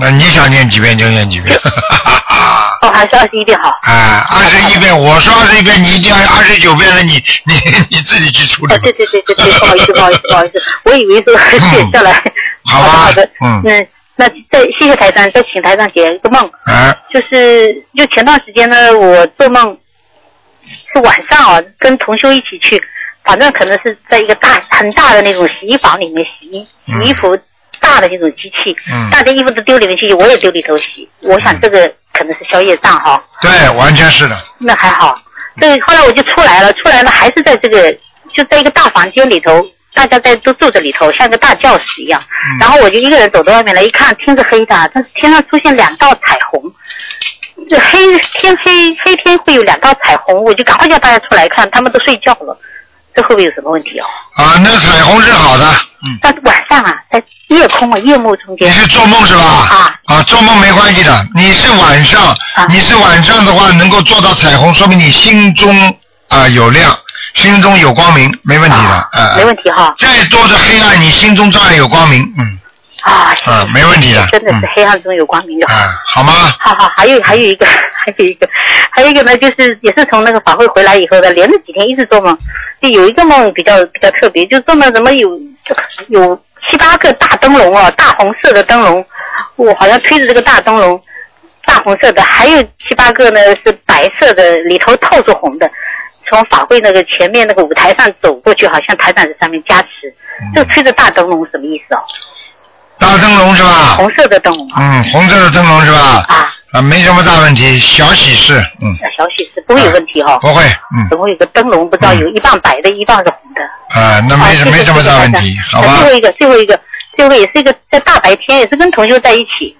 B: 那你想念几遍就念几遍。
E: 哦，还是二十一遍好。
B: 啊，二十一遍，我说二十一遍，你一定要二十九遍了，你你 你自己去处理
E: 哦，
B: 吧
E: 对对对对对，不好意思不好意思不好意思，我以为说写下来。
B: 嗯好
E: 的
B: 吧
E: 好的，
B: 嗯
E: 那那再谢谢台长，再请台长解一个梦，
B: 啊
E: 就是就前段时间呢，我做梦是晚上啊，跟同修一起去，反正可能是在一个大很大的那种洗衣房里面洗衣洗衣服大的那种机器，
B: 嗯
E: 大家衣服都丢里面去，我也丢里头洗，我想这个可能是宵夜账哈。
B: 对，完全是的，
E: 那还好。对，后来我就出来了，出来了还是在这个，就在一个大房间里头，大家在都坐在里头，像个大教室一样。
B: 嗯
E: 然后我就一个人走到外面来，一看天是黑的，但是天上出现两道彩虹，这黑天黑黑天会有两道彩虹，我就赶快叫大家出来看，他们都睡觉了，这会不会有什么问题哦？
B: 啊，那彩虹是好的，嗯，
E: 但是晚上啊，在夜空啊，夜幕中
B: 你
E: 间
B: 是做梦是吧？
E: 啊，
B: 啊，做梦没关系的，你是晚上，
E: 啊
B: 你是晚上的话能够做到彩虹，说明你心中啊、有亮，心中有光明，没问题的，
E: 啊
B: 啊，啊
E: 没问题哈
B: 再多的黑暗，你心中照样有光明，嗯，
E: 啊，
B: 啊，没问题的，
E: 真的
B: 嗯
E: 是，黑暗中有光明的。
B: 啊，好吗？
E: 好好，还有还有一个，还有一个，还有一个呢，就是也是从那个法会回来以后呢，连着几天一直做梦，就有一个梦比较比较特别，就做梦怎么有有七八个大灯笼啊，大红色的灯笼，我好像推着这个大灯笼，大红色的，还有七八个呢是白色的，里头透着红的，从法会那个前面那个舞台上走过去，好像台长在上面加持，
B: 嗯
E: 这推着大灯笼什么意思哦？
B: 大灯笼是吧？
E: 红色的灯笼啊
B: 嗯，红色的灯笼是吧？
E: 啊，
B: 啊，没什么大问题，小喜事，嗯，
E: 那小喜事不会有问题哈、哦。
B: 不会，嗯，
E: 总共有个灯笼，不知道有一半白的，一半是红的。
B: 啊，那没什
E: 啊
B: 没什么大问
E: 谢
B: 题
E: 谢，
B: 好
E: 那
B: 吧
E: 最？后一个，最后一个，最后也是一个在大白天，也是跟同学在一起。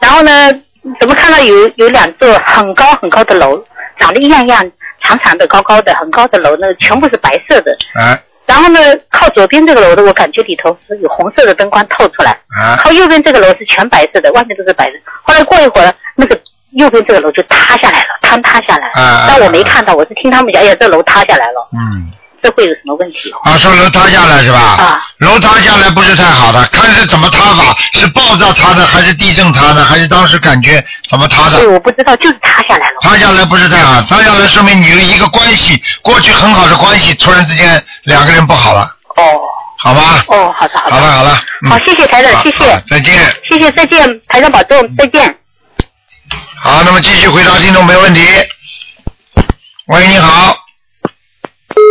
E: 然后呢，怎么看到有有两座很高很高的楼，长得一样一样，长长的、高高的、很高的楼，那个全部是白色的。
B: 啊
E: 然后呢，靠左边这个楼的，我感觉里头是有红色的灯光透出来；
B: 啊
E: 靠右边这个楼是全白色的，外面都是白的。后来过一会儿，那个右边这个楼就塌下来了，坍塌下来了。
B: 啊！
E: 但我没，看到，我是听他们讲，哎呀，这楼塌下来了，
B: 嗯，
E: 这会有什么问题哦？
B: 啊，说楼塌下来是吧？
E: 啊，
B: 楼塌下来不是太好的，看是怎么塌法，是爆炸塌的，还是地震塌的，还是当时感觉怎么塌
E: 所以
B: 的？
E: 我不知道，就是塌下来了。
B: 塌下来不是太好，塌下来说明你有一个关系，过去很好的关系，突然之间两个人不好了，
E: 哦
B: 好吗？
E: 哦，好的好
B: 好
E: 的，
B: 了好了，嗯
E: 好，谢谢台长，
B: 好
E: 谢
B: 好
E: 谢
B: 再见。嗯
E: 谢谢，再见，台长保重，再见。
B: 好，那么继续回答听众没问题。喂，你好。嗯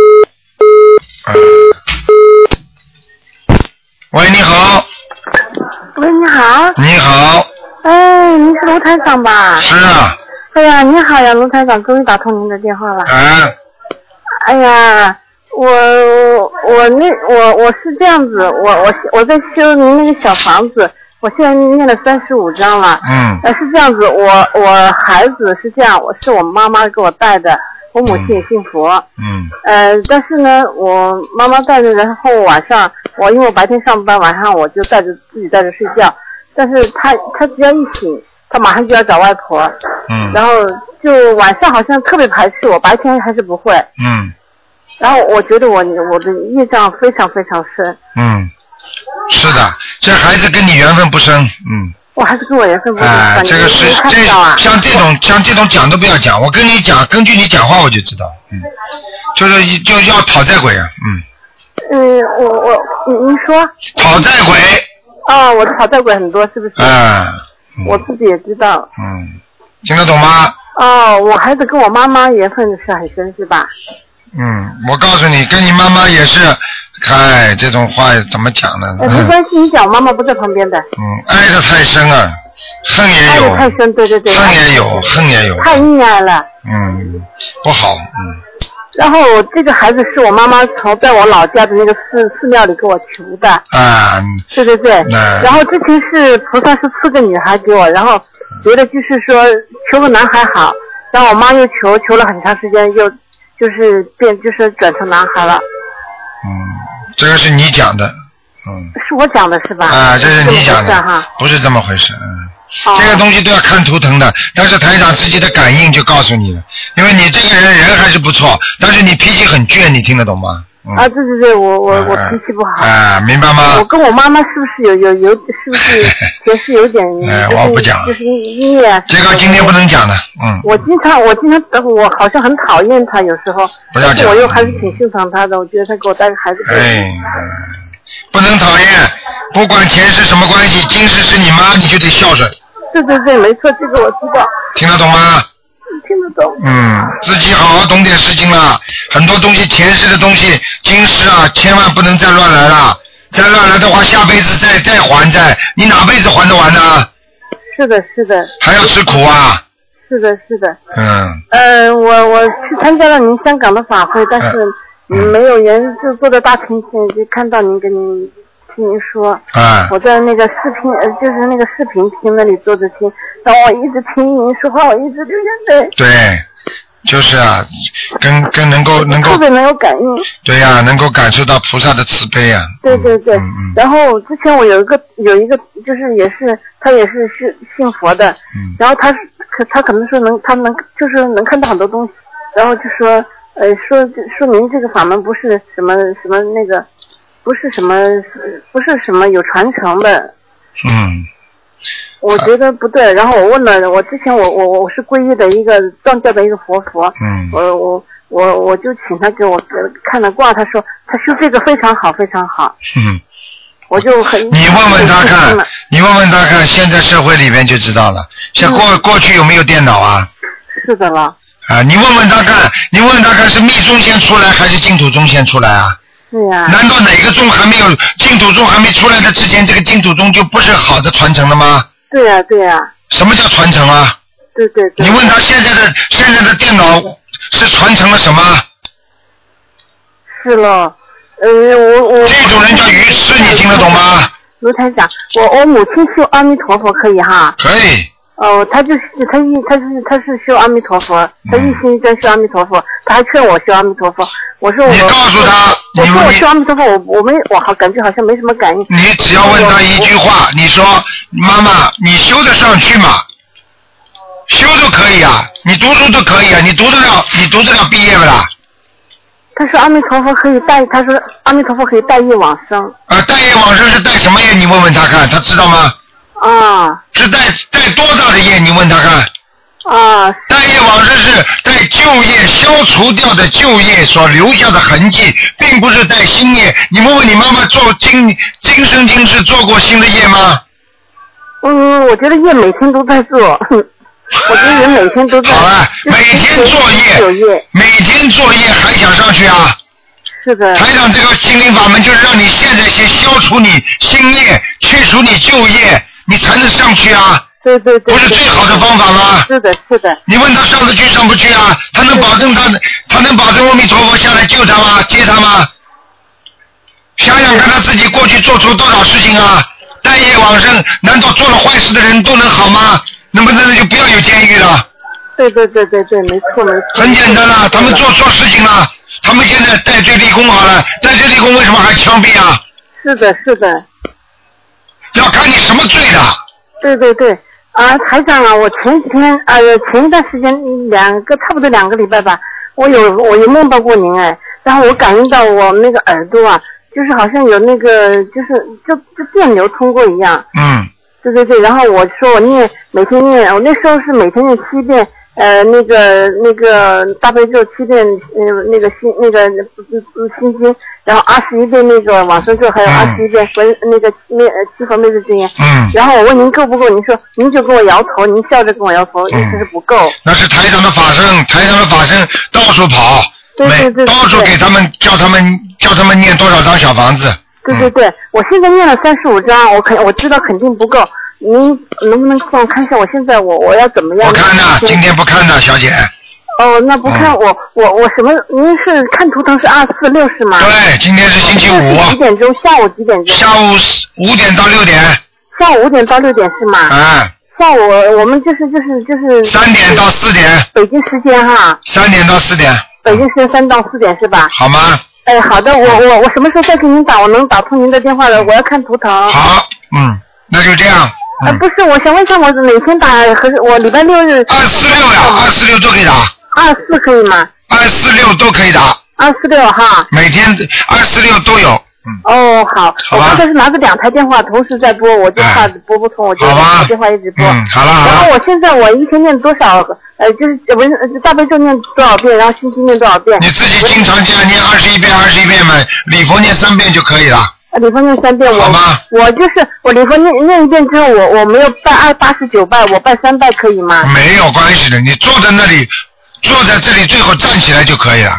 B: 喂，你好，
F: 喂，你好，
B: 你好，
F: 哎，您是卢台长吧？
E: 嗯
B: 是啊，
F: 哎呀，你好呀，卢台长，终于打通您的电话了。
B: 啊，
F: 哎呀，我我那我我是这样子，我我我在修您那个小房子，我现在念了三十五章了。
B: 嗯，
F: 呃，是这样子，我我孩子是这样，我是我妈妈给我带的，我母亲也信佛。
B: 嗯，
F: 呃，但是呢，我妈妈带着，然后晚上我因为我白天上班，晚上我就带着自己带着睡觉。但是她她只要一醒，她马上就要找外婆，
B: 嗯，
F: 然后就晚上好像特别排斥我，白天还是不会。
B: 嗯，
H: 然后我觉得我我的印象非常非常深，
B: 嗯，是的，这孩子跟你缘分不深，嗯，
H: 我还是跟我缘分不深。
B: 哎、
H: 反正
B: 这个是
H: 没看
B: 这
H: 到啊，
B: 像这种像这种讲都不要讲，我跟你讲，根据你讲话我就知道，嗯，就是一就要讨债鬼啊，嗯，
H: 嗯，我我你你说
B: 讨债鬼，
H: 啊，我讨债鬼很多是不是？
B: 啊、
H: 我自己也知道。
B: 嗯，听得懂吗？
H: 哦，我孩子跟我妈妈缘分是很深是吧？
B: 嗯，我告诉你，跟你妈妈也是，哎，这种话怎么讲呢？
H: 呃，没关系，你讲，我妈妈不在旁边的，
B: 嗯，爱的太深啊，恨也
H: 爱的
B: 有，
H: 太深，对对对，
B: 恨也有，恨也有，
H: 太溺爱了。
B: 嗯，不好，嗯，
H: 然后我这个孩子是我妈妈从在我老家的那个寺寺庙里给我求的，
B: 啊，
H: 对对对。
B: 那
H: 然后之前是菩萨是赐个女孩给我，然后觉得就是说求个男孩好，然后我妈又求求了很长时间，又就是变就是转成男孩了，
B: 嗯这个是你讲的，嗯，
H: 是我讲的是吧？
B: 啊，这是你讲
H: 这么回事
B: 的
H: 哈。，哦
B: 不是这么回事，嗯。这个东西都要看图腾的，但是台长自己的感应就告诉你了，因为你这个人人还是不错，但是你脾气很倔，你听得懂吗？嗯、
H: 啊，对对对，我我我
B: 嗯
H: 脾气不好。
B: 啊，明白吗？
H: 我跟我妈妈是不是有有有，是 不是前世有点？
B: 哎
H: 就是
B: 我不讲
H: 就是音乐啊。
B: 这个今天不能讲的，嗯，
H: 我经常，我经常，我好像很讨厌他，有时候，
B: 不要
H: 但是
B: 讲嗯
H: 我又还是挺欣赏他的。我觉得他给我带个孩子，
B: 哎，不能讨厌，不管前世什么关系，今世是你妈，你就得孝顺，
H: 对对对，没错，这个我知道，
B: 听得懂吗？
H: 听得懂。
B: 嗯，自己好好懂点事情啦，很多东西前世的东西，今世啊，千万不能再乱来啦，再乱来的话，下辈子再再还债，你哪辈子还得完呢？
H: 是的，是的，
B: 还要吃苦啊，
H: 是的，是的。
B: 嗯，
H: 呃，我我去参加了您香港的法会，但是嗯没有人就坐在大屏前，就看到您跟您听您说。
B: 啊
H: 我在那个视频，呃，就是那个视频厅那里坐着听，然后我一直听您说话，我一直对对对，
B: 对，就是啊，跟跟能够能够
H: 特，别能有感应。
B: 对呀、能够感受到菩萨的慈悲啊，
H: 对对对，然后之前我有一个有一个就是也是他也是信信佛的，
B: 嗯
H: 然后他是可他可能说能他能就是能看到很多东西，然后就说呃说说明这个法门不是什么什么那个不是什么不是什么有传承的，
B: 嗯，
H: 我觉得不对。然后我问了我之前我我我是皈依的一个藏教的一个活佛，
B: 嗯
H: 我我我我就请他给我呃看了卦，他说他修这个非常好非常好。
B: 嗯。
H: 我就很
B: 你问问他
H: 很
B: 看
H: 信了，
B: 你问问他看，现在社会里面就知道了。像过、
H: 嗯
B: 过去有没有电脑啊？
H: 是的了，
B: 啊，你问问他
H: 嗯
B: 看，你问问他看是密宗先出来还是净土宗先出来啊？
H: 对呀、
B: 难道哪个宗还没有净土宗还没出来的之前，这个净土宗就不是好的传承了吗？
H: 对呀、对呀、
B: 什么叫传承啊？
H: 对对对。
B: 你问他现在的现在的电脑是传承了什么？
H: 是咯，呃，我我
B: 这种人叫愚痴，你听得懂吗？
H: 卢台长，我我母亲修阿弥陀佛可以哈，
B: 可以，
H: 哦，她就是她一她是她是修阿弥陀佛，
B: 嗯
H: 她一心一专修阿弥陀佛，她还劝我修阿弥陀佛，我说我
B: 你告诉他，
H: 我
B: 你
H: 说我
B: 问你
H: 修阿弥陀佛，我我没我好感觉好像没什么感应，
B: 你只要问他一句话，你说妈妈，你修得上去吗？修都可以啊，你读书都可以啊，你读得了，你读得了毕业不啦？
H: 她说阿弥陀佛可以带，她说阿弥陀佛可以带业往生
B: 啊，带业往生是带什么业？你问问他看，他知道吗？
H: 啊
B: 是带带多大的业？你问他看。
H: 啊
B: 带业往生是带旧业消除掉的旧业所留下的痕迹，并不是带新业。你问问你妈妈做今今生今世做过新的业吗？
H: 嗯，我觉得业每天都在做， 我觉得人每天都在。
B: 好了，每天作
H: 有
B: 业，
H: 业，
B: 每天作业还想上去啊？
H: 是的，
B: 台长这个心灵法门就是让你现在先消除你新业，去除你旧业，你才能上去啊，
H: 对对对。
B: 不是
H: 对
B: 最好的方法吗？
H: 是的，是的，
B: 你问他上得去上不去啊？他能保证他他能保证阿弥陀佛下来救他吗？接他吗？想想看他自己过去做出多少事情啊！待业往生，难道做了坏事的人都能好吗？能不能就不要有监狱了？
H: 对对对对对，没错没错。
B: 很简单啊啦，他们做错事情了，他们现在戴罪立功好了，戴罪立功为什么还枪毙啊？
H: 是的，是的，
B: 要看你什么罪的。
H: 对对对。啊，台长啊，我前几天呃前一段时间两个差不多两个礼拜吧，我有我有梦到过您哎，然然后我感应到我那个耳朵啊，就是好像有那个就是就就电流通过一样。
B: 嗯
H: 对对对，然后我说我念每天念，我那时候是每天念七遍，呃，那个那个大悲咒七遍，呃，那个心那个嗯嗯心经，然后二十一遍那个往生咒，还有二十一遍佛那个那呃七佛灭罪真言。
B: 嗯
H: 然后我问您够不够，您说您就跟我摇头，您笑着跟我摇
B: 嗯
H: 头，意思是不够。
B: 那是台长的法身，台长的法身到处跑，
H: 对对
B: 每
H: 对对
B: 到处给他们叫他们叫他们念多少张小房子。嗯
H: 对对对，我现在念了三十五章，我肯我知道肯定不够，您能不能帮我看一下我现在我我要怎么样？
B: 不看的，今天不看的，小姐。
H: 哦，那不看、我我我什么？您是看图腾是二四六是吗？
B: 对，今天是星期五，
H: 几点钟？下午几点钟？
B: 下午五点到六点。
H: 下午五点到六点是吗？
B: 啊，
H: 下午我们就是就是就是
B: 三点到四点，
H: 北京时间哈，
B: 三点到四点，嗯
H: 北京时间三到四点是吧？
B: 好吗？
H: 哎，好的，我
B: 啊
H: 我我什么时候再给您打？我能打通您的电话的，我要看图腾。
B: 好，嗯，那就这样。嗯
H: 哎，啊不是，我想问一下，我哪天打合适？我礼拜六日。
B: 二四六呀，二四六都可以打。
H: 二四可以吗？
B: 二四六都可以打，
H: 二四六哈。
B: 每天二四六都有，嗯
H: 哦，好，
B: 好
H: 我
B: 吧哎
H: 刚才是拿着两台电话同时在拨，我就怕拨不通，我就
B: 好吧
H: 我电话一直拨。
B: 嗯好了好了
H: 然后我现在我一天念多少？呃，就是文呃大悲咒念多少遍，然后心经念多少遍？
B: 你自己经常这样念二十一遍、二十一遍嘛，礼佛念三遍就可以了。
H: 呃礼佛念三遍，我
B: 好吧
H: 我就是我礼佛念念一遍之后，我我没有拜二八十九拜，我拜三拜可以吗？
B: 没有关系的，你坐在那里，坐在这里，最后站起来就可以了。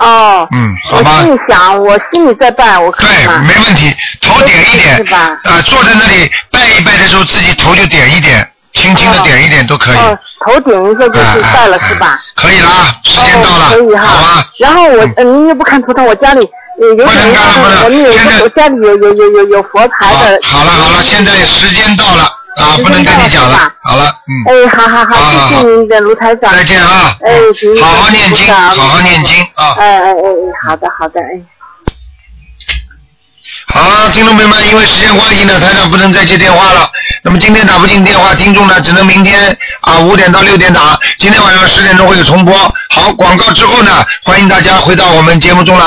H: 哦，
B: 嗯，好
H: 我
B: 吧
H: 心，里想，我心里在拜，我可以
B: 对，
H: 吗？
B: 没问题，头点一点
H: 是，吧？
B: 啊、坐在那里拜一拜的时候，自己头就点一点，轻轻的点一点都可以。
H: 哦，头顶一下就是
B: 哎
H: 拜了
B: 哎
H: 是吧？
B: 可以啦，时间到了，
H: 哦，可以哈。
B: 好吧。嗯
H: 然后我，呃您又不看图腾，我家里呃有
B: 不
H: 什
B: 能
H: 么
B: 干了
H: 我们有
B: 现在
H: 我家里有有有有有佛牌的。
B: 好了好了，现在时间到了啊，不能跟你讲了
H: 时间到了是吧，
B: 好了，嗯，
H: 哎，好好
B: 好好
H: 好，谢
B: 好
H: 谢您的卢台长。
B: 再见啊，
H: 哎
B: 嗯
H: 行
B: 好好
H: 谢谢
B: 念经，
H: 菩萨
B: 好好念经啊。
H: 哎哎哎哎，好的好的，哎，
B: 好，听众朋友们，因为时间关系呢，台长不能再接电话了。那么今天打不进电话，听众呢只能明天啊五点到六点打，今天晚上十点钟会有重播。好，广告之后呢，欢迎大家回到我们节目中来。